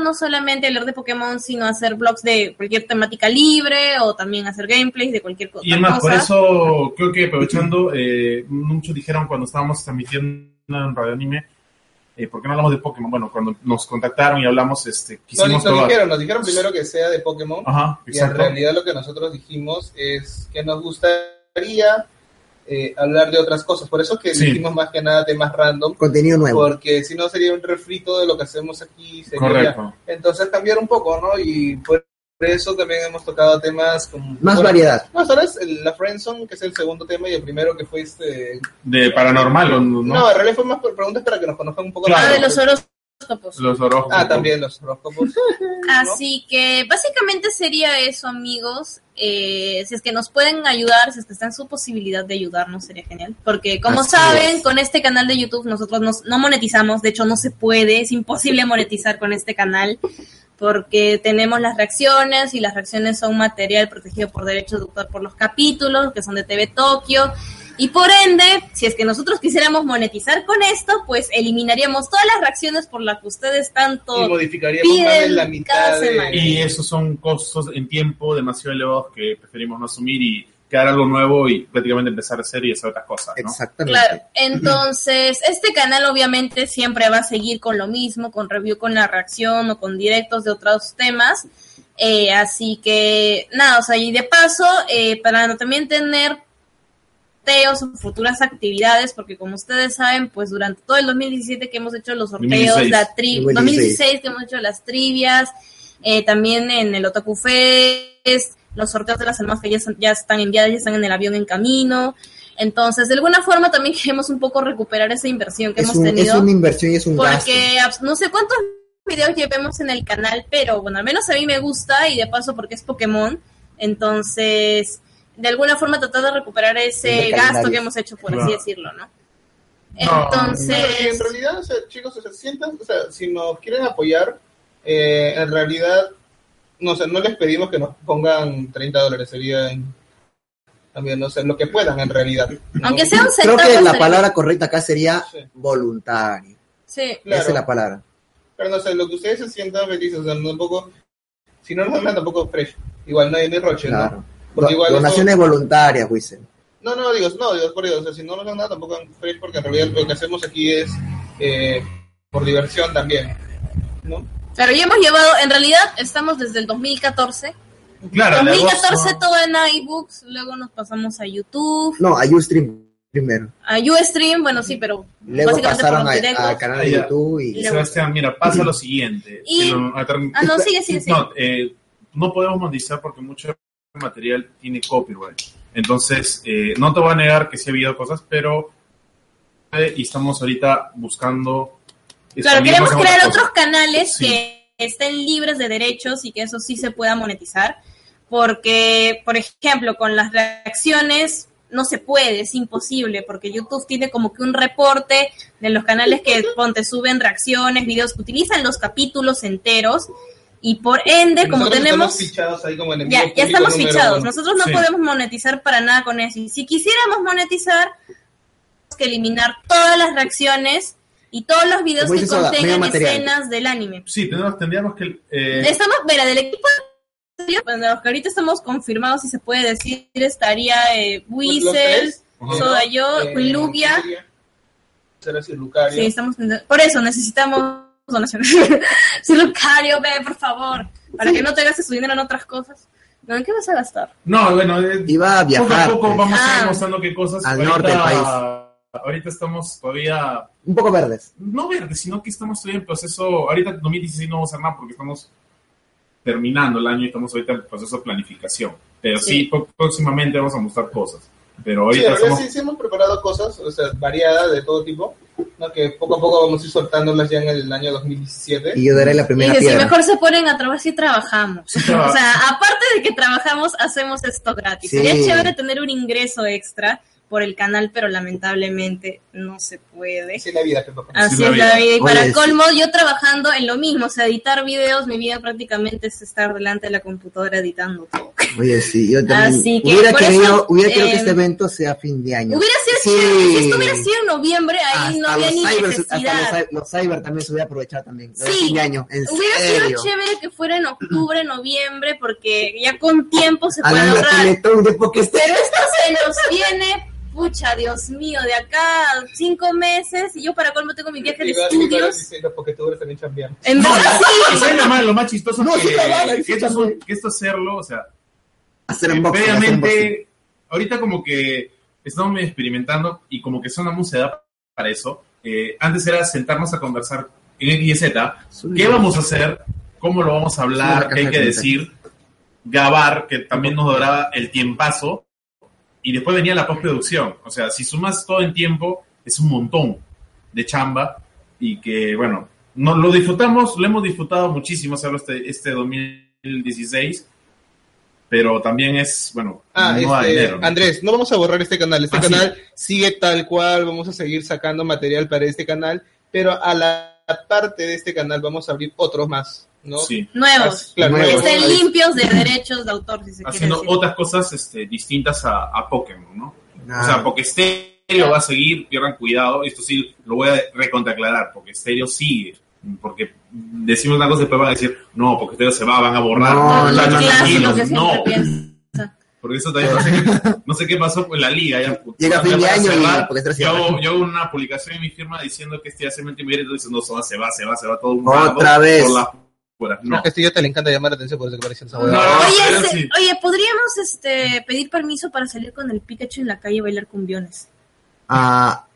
A: no solamente hablar de Pokémon, sino hacer vlogs de cualquier temática libre o también hacer gameplays de cualquier co-
B: Y es más, por
A: cosa.
B: eso creo que aprovechando, eh, muchos dijeron cuando estábamos transmitiendo en Radio Anime, eh, ¿por qué no hablamos de Pokémon? Bueno, cuando nos contactaron y hablamos, este,
E: Nos,
B: quisimos
E: nos
B: probar.
E: dijeron, nos dijeron primero que sea de Pokémon.
B: Ajá,
E: Y en
B: exacto.
E: realidad lo que nosotros dijimos es que nos gustaría eh, hablar de otras cosas. Por eso es que
B: Sí.
E: dijimos más que nada temas random,
D: Contenido nuevo.
E: porque si no sería un refrito de lo que hacemos aquí. sería-
B: Correcto.
E: Entonces cambiar un poco, ¿no? Y por eso también hemos tocado temas como...
D: Más
E: bueno,
D: variedad.
E: Más ahora es el- la Friendzone, que es el segundo tema, y el primero que fue este...
B: De paranormal, ¿o ¿no?
E: No, en realidad fue más por preguntas para que nos conozcan un poco
A: Ah,
B: Claro. pues.
A: de los horóscopos.
B: Los horóscopos.
E: Ah, también los horóscopos.
A: Así que básicamente sería eso, amigos. Eh, si es que nos pueden ayudar, si es que está en su posibilidad de ayudarnos, sería genial. Porque como
D: Así
A: saben,
D: es.
A: con este canal de YouTube nosotros nos- no monetizamos, de hecho no se puede, es imposible monetizar con este canal porque tenemos las reacciones y las reacciones son material protegido por derecho de autor por los capítulos que son de TV Tokio. Y por ende, si es que nosotros quisiéramos monetizar con esto, pues eliminaríamos todas las reacciones por las que ustedes
E: Y
A: tanto
E: modificaríamos más de la
A: Piden cada
E: mitad de-
A: semana.
B: Y esos son costos en tiempo demasiado elevados que preferimos no asumir y crear algo nuevo y prácticamente empezar a hacer y hacer otras cosas, ¿no?
D: Exactamente.
A: Claro, entonces este canal obviamente siempre va a seguir con lo mismo, con review, con la reacción o con directos de otros temas. Eh, así que nada, o sea, y de paso, eh, para también tener teos o futuras actividades, porque como ustedes saben, pues durante todo el 2017 que hemos hecho los sorteos,
B: 2016.
A: la tri
D: 2016.
A: 2016 que hemos hecho las trivias, eh, también en el Otaku Fest, los sorteos de las almas que ya, son- ya están enviadas, ya están en el avión en camino. Entonces, de alguna forma también queremos un poco recuperar esa inversión que
D: Es,
A: hemos
D: un- es
A: tenido.
D: una inversión y es un gasto.
A: porque abs- no sé cuántos videos llevemos en el canal, pero bueno, al menos a mí me gusta y de paso porque es Pokémon. Entonces, de alguna forma tratar de recuperar ese
D: El
A: gasto
D: calendario.
A: que hemos hecho, por
B: Claro.
A: así decirlo, ¿no?
B: No,
E: Pero
A: Entonces,
E: en realidad, o sea, chicos, o sea, sientan, o sea, si nos quieren apoyar, eh, en realidad, no, o sea, no les pedimos que nos pongan 30 dólares, sería en- también, no sé, lo que puedan en realidad. ¿no?
A: aunque sea un
D: Creo
A: centavo,
D: que la
A: sería-
D: palabra correcta acá sería
E: Sí.
D: voluntario.
A: sí,
E: Claro.
D: Esa es la palabra.
E: Pero no sé, lo que ustedes se sientan felices, o sea, no tampoco, si no nos dan tampoco fresh, igual no hay ni roche,
D: Claro.
E: ¿no? Porque
D: Do-
E: igual eso-
D: donaciones voluntarias, Wiesel.
E: No, no, digo, no, digo, por Dios, o sea, si no nos dan nada tampoco en fresh, porque en realidad lo que hacemos aquí es eh, por diversión también, ¿no?
A: Claro, ya hemos llevado, en realidad estamos desde el 2014.
B: Claro, la
A: 2014
B: voz, ¿no?
A: todo en iBooks, luego nos pasamos a YouTube,
D: No, a Ustream primero.
A: a Ustream, bueno, sí, pero
D: Luego
A: básicamente por
D: pasaron
A: los
D: a-
A: directos.
D: al canal de
B: Ah, ya.
D: YouTube y...
A: Luego-
B: Sebastián, mira, pasa lo siguiente.
A: Y-
B: Que lo- atar-
A: Ah, no, sigue, sigue, sigue.
B: No, eh, no podemos monetizar porque mucho material tiene copyright. Entonces, eh, no te voy a negar que sí ha habido cosas, pero... eh, y estamos ahorita buscando...
A: Claro,
B: expandirnos
A: queremos
B: en
A: crear
B: otras
A: otros
B: cosas.
A: canales
B: Sí.
A: que estén libres de derechos y que eso sí se pueda monetizar, porque, por ejemplo, con las reacciones no se puede, es imposible, porque YouTube tiene como que un reporte de los canales que ponte suben reacciones, videos que utilizan los capítulos enteros y por ende, como
E: Nosotros
A: tenemos...
E: Estamos fichados ahí como en el
A: Ya, ya estamos fichados. Nosotros no
B: Sí.
A: podemos monetizar para nada con eso. Y si quisiéramos monetizar, tenemos que eliminar todas las reacciones y todos los videos
D: Como
A: que
D: dice Soda, medio
A: contengan
D: material.
A: escenas del anime.
B: Sí, tenemos- tendríamos que... eh,
A: Estamos, mira, del equipo bueno, los que ahorita estamos confirmados, si se puede decir, estaría eh, Weasel,
B: Ajá. Eh,
A: Soda yo,
E: Eh,
A: Quilubia. Sí, estamos Por eso necesitamos donaciones. sí, Lucario, ve, por favor, para que no te gastes su dinero en otras cosas. ¿No? ¿En qué vas a gastar?
B: No, bueno, eh,
D: Iba a
B: poco a
D: viajar.
B: poco
D: pues.
B: vamos a
A: Ah.
B: ir mostrando qué cosas...
D: Al norte del
B: Ahorita estamos todavía
D: Un poco verdes.
B: no verde, sino que estamos todavía en proceso, ahorita 2016 no vamos a hacer nada porque estamos terminando el año y estamos ahorita en proceso de planificación. Pero sí,
A: Sí.
B: pro- próximamente vamos a mostrar cosas. Pero
E: Sí,
B: ahorita
E: la verdad
B: estamos...
E: sí, sí hemos preparado cosas, o sea, variadas de todo tipo, ¿no? que poco a poco vamos a ir soltándolas ya en el año 2017.
D: Y yo daré la primera
A: Dije, si
D: piedra.
A: mejor se ponen a trabajar, sí trabajamos.
B: Sí, traba-
A: O sea, aparte de que trabajamos, hacemos esto gratis.
D: Sí.
A: Sería chévere tener un ingreso extra por el canal, pero lamentablemente no se puede.
E: Así es la vida, Pepa.
A: Así
B: Sí,
A: es la
B: la vida.
A: vida. Y
D: Oye,
A: para
D: sí.
A: colmo, yo trabajando en lo mismo, o sea, editar videos, mi vida prácticamente es estar delante de la computadora editando todo.
D: Oye, sí, yo también.
A: Así Ah, que,
D: hubiera
A: por
D: querido,
A: eso,
D: hubiera querido que
A: eh,
D: este evento sea a fin de año.
A: Hubiera sido
D: Sí.
A: chévere, si esto hubiera sido en noviembre, ahí no
D: Hasta
A: había
D: los
A: ni
D: cyber-
A: necesidad.
D: Hasta los, cy- los cyber también se hubiera aprovechado también. Lo de
A: Sí.
D: fin de año, en
A: Hubiera
D: serio.
A: sido chévere que fuera en octubre, noviembre, porque ya con tiempo se puede
D: Hagan la
A: ahorrar.
D: Teletón de Pokestar.
A: Pero esto se nos viene, pucha, Dios mío, de acá a cinco meses y yo para colmo tengo mi viaje de
E: Iba- iba
A: estudios.
E: diciendo, porque tú eres también chambeando.
A: En
B: No,
A: verdad,
B: que sea lo más, lo más chistoso
D: No,
B: que,
D: sí está mal, sí
B: que
D: está
B: esto,
D: mal.
B: que esto hacerlo, o sea,
D: Hacer unboxing, hacer unboxing.
B: previamente, ahorita como que estamos medio experimentando y como que Sonamu se da para eso. Eh, antes era sentarnos a conversar en X y Z ¿Qué vamos a hacer? ¿Cómo lo vamos a
D: Es una
B: hablar?
D: caja
B: ¿Qué hay
D: de
B: que
D: preguntas.
B: decir? Gabar, que también nos duraba el tiempazo. Y después venía la postproducción. O sea, si sumas todo en tiempo, es un montón de chamba. Y que, bueno, no, lo disfrutamos, lo hemos disfrutado muchísimo hacerlo este, este 2016. Pero también es, bueno,
E: Ah,
B: no hay
E: este,
B: dinero. ¿no?
E: Andrés, no vamos a borrar este canal. Este
B: Ah, sí.
E: canal sigue tal cual. Vamos a seguir sacando material para este canal, pero a la parte de este canal vamos a abrir otros más, ¿no? Ah,
B: Sí.
A: nuevos.
E: Claro,
D: Nuevos.
A: Que
E: nuevos.
A: estén limpios de derechos de autor, si se quiere
B: Haciendo
A: decir.
B: otras cosas este, distintas a, a Pokémon, ¿no?
D: Ah,
B: O sea, porque Stereo va a seguir, pierdan cuidado, esto sí lo voy a recontraclarar, porque Stereo sigue. Porque decimos una cosa y después van a decir, no, porque Stereo se va, van a borrar.
D: No,
A: Todos
D: no,
A: los
D: no, no,
A: clásicos que
B: tranquilos,
A: siempre
B: no.
A: piensan.
B: Porque eso también no sé, qué, no sé qué pasó con la liga. Ya,
D: Llega fin de
B: van a
D: año y
B: cerrar.
D: porque Stereo
B: yo,
D: cierra.
B: hago, yo hago una publicación en mi firma diciendo que este hace mi último entonces no, se va, se va, se va, se va todo un
D: Otra
B: bardo
D: vez.
B: Por las puras. No.
E: Este ya te le encanta llamar la atención por eso que parece esa huevada.
B: No,
A: Oye,
B: pero
A: ese-
B: sí.
A: oye, podríamos este, pedir permiso para salir con el Pikachu en la calle y bailar cumbiones.
D: Ah,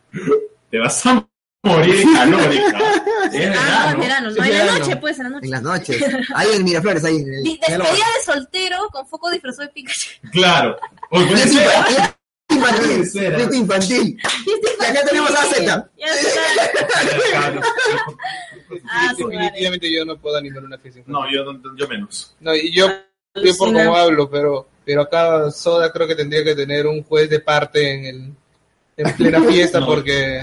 B: Te vas a morir calórica. Es
A: Ah,
B: verdad,
A: en
B: ¿no?
A: verano, no,
E: Sí,
A: en la
E: verano.
A: noche, pues, en la noche.
D: en las noches. Ahí en Miraflores, ahí en el.
A: Di-
D: ya lo-
A: Despedida de soltero con foco disfrazado de Pikachu.
B: Claro. Oye, puede
D: Fiesta
B: ser.
D: infantil,
B: Puede
D: infantil,
B: ser, ¿eh?
D: fiesta infantil. Y acá tenemos la Z.
A: Ya está. Ah, su madre.
E: Definitivamente yo no puedo animar una fiesta. infantil.
B: No, yo, no- yo menos.
E: No, y yo, yo por
A: Alucina.
E: cómo hablo, pero pero acá Soda creo que tendría que tener un juez de parte en, el, en plena fiesta
B: No.
E: porque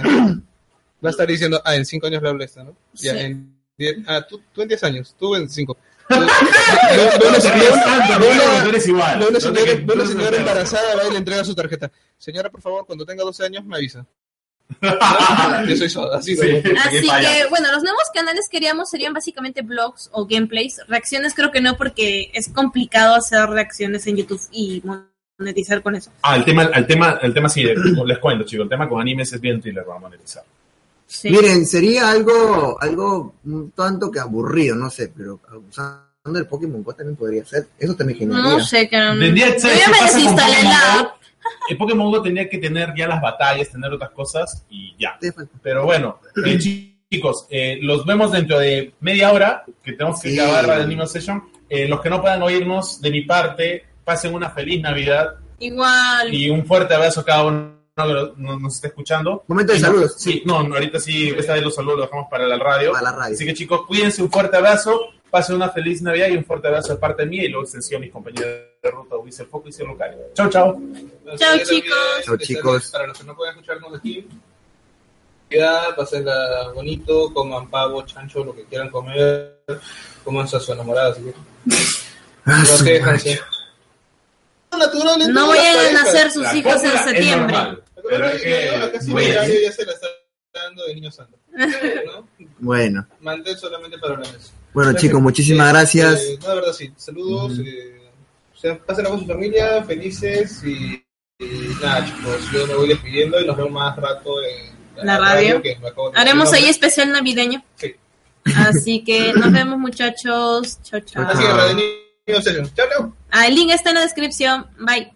E: va a estar diciendo, ah, en cinco años le hablo esto, ¿no? Ya,
A: Sí.
E: en diez, ah, tú, tú en 10 años, tú en 5.
B: No te rías tanto, Diego, tú eres igual.
E: Ve una
B: No te
E: señora,
B: quejes,
E: ve
B: tú
E: una
B: eres
E: señora
B: enfermo.
E: embarazada, va y le entrega su tarjeta. Señora, por favor, cuando tenga 12 años me avisa. Yo soy soda, así
B: Sí,
E: soy yo.
A: Así
B: qué falla.
A: que, bueno, los nuevos canales que haríamos serían básicamente blogs o gameplays. Reacciones creo que no, porque es complicado hacer reacciones en YouTube y monetizar con eso.
B: Ah, el tema, el tema, el tema sí, les cuento, chicos. El tema con animes es bien thriller, vamos a monetizar.
A: Sí.
D: Miren, sería algo, algo un tanto que aburrido, no sé, pero usando el Pokémon Go también podría ser. Eso también generaría.
A: no sé, que...
B: Tendría que
A: Mm. Yo
B: ser,
A: ya me
B: si pasa con
A: desinstalé
B: Pokémon
A: la
B: Go,
A: app.
B: El Pokémon Go tenía que tener ya las batallas, tener otras cosas y ya.
D: Te falta.
B: Pero bueno, eh, chicos, eh, los vemos dentro de media hora, que tenemos que
D: Sí.
B: acabar la Anime Session. Eh, los que no puedan oírnos, de mi parte, pasen una feliz Navidad
A: Igual.
B: y un fuerte abrazo a cada uno que lo- nos, nos está escuchando.
D: Momento de
B: Y no-
D: saludos.
B: Sí, no, no, ahorita sí, esta vez los saludos los dejamos para la radio.
D: Para la radio.
B: Así que chicos, cuídense, un fuerte abrazo, pasen una feliz Navidad y un fuerte abrazo de parte mía y luego extensión mis compañeros de ruta, Luis el Foco y Cielo Local. Chau, chau.
A: Chao,
E: Yo también,
A: chicos.
D: Chao, chicos.
E: Para los que no pueden escucharnos aquí, ya, pásenla bonito, coman pavo, chancho, lo que quieran comer, coman a su enamorada, así que
D: Ah,
E: no
D: su
E: se dejan,
D: madre.
E: sí. Natural en
A: No
E: todas las
A: vayan a
E: parejas.
A: nacer sus
B: La
A: hijos en
B: cólera es
A: septiembre.
B: normal, pero
E: Pero
B: hay que-
E: acá sí
B: Bueno,
E: Mario ya se la está dando de niño santo. ¿no?
D: Bueno,
E: Mantén solamente para la mesa.
D: bueno
E: Perfecto.
D: chicos, muchísimas
E: Eh,
D: gracias.
E: eh, no, de verdad, sí. Saludos.
D: Ujú.
E: eh, o sea, pásenla con su familia, felices y, y nada, chicos. Yo me voy despidiendo y nos vemos más rato en
A: La radio.
E: que me acabo de-
A: Haremos
E: no,
A: ahí
E: no,
A: especial navideño.
E: sí.
A: Así que nos vemos, muchachos. Chao,
D: Así
E: Así que,
A: chao.
D: Ajá.
E: Radio Niño Session. Chao, chao.
A: Ah, El link está en la descripción. Bye.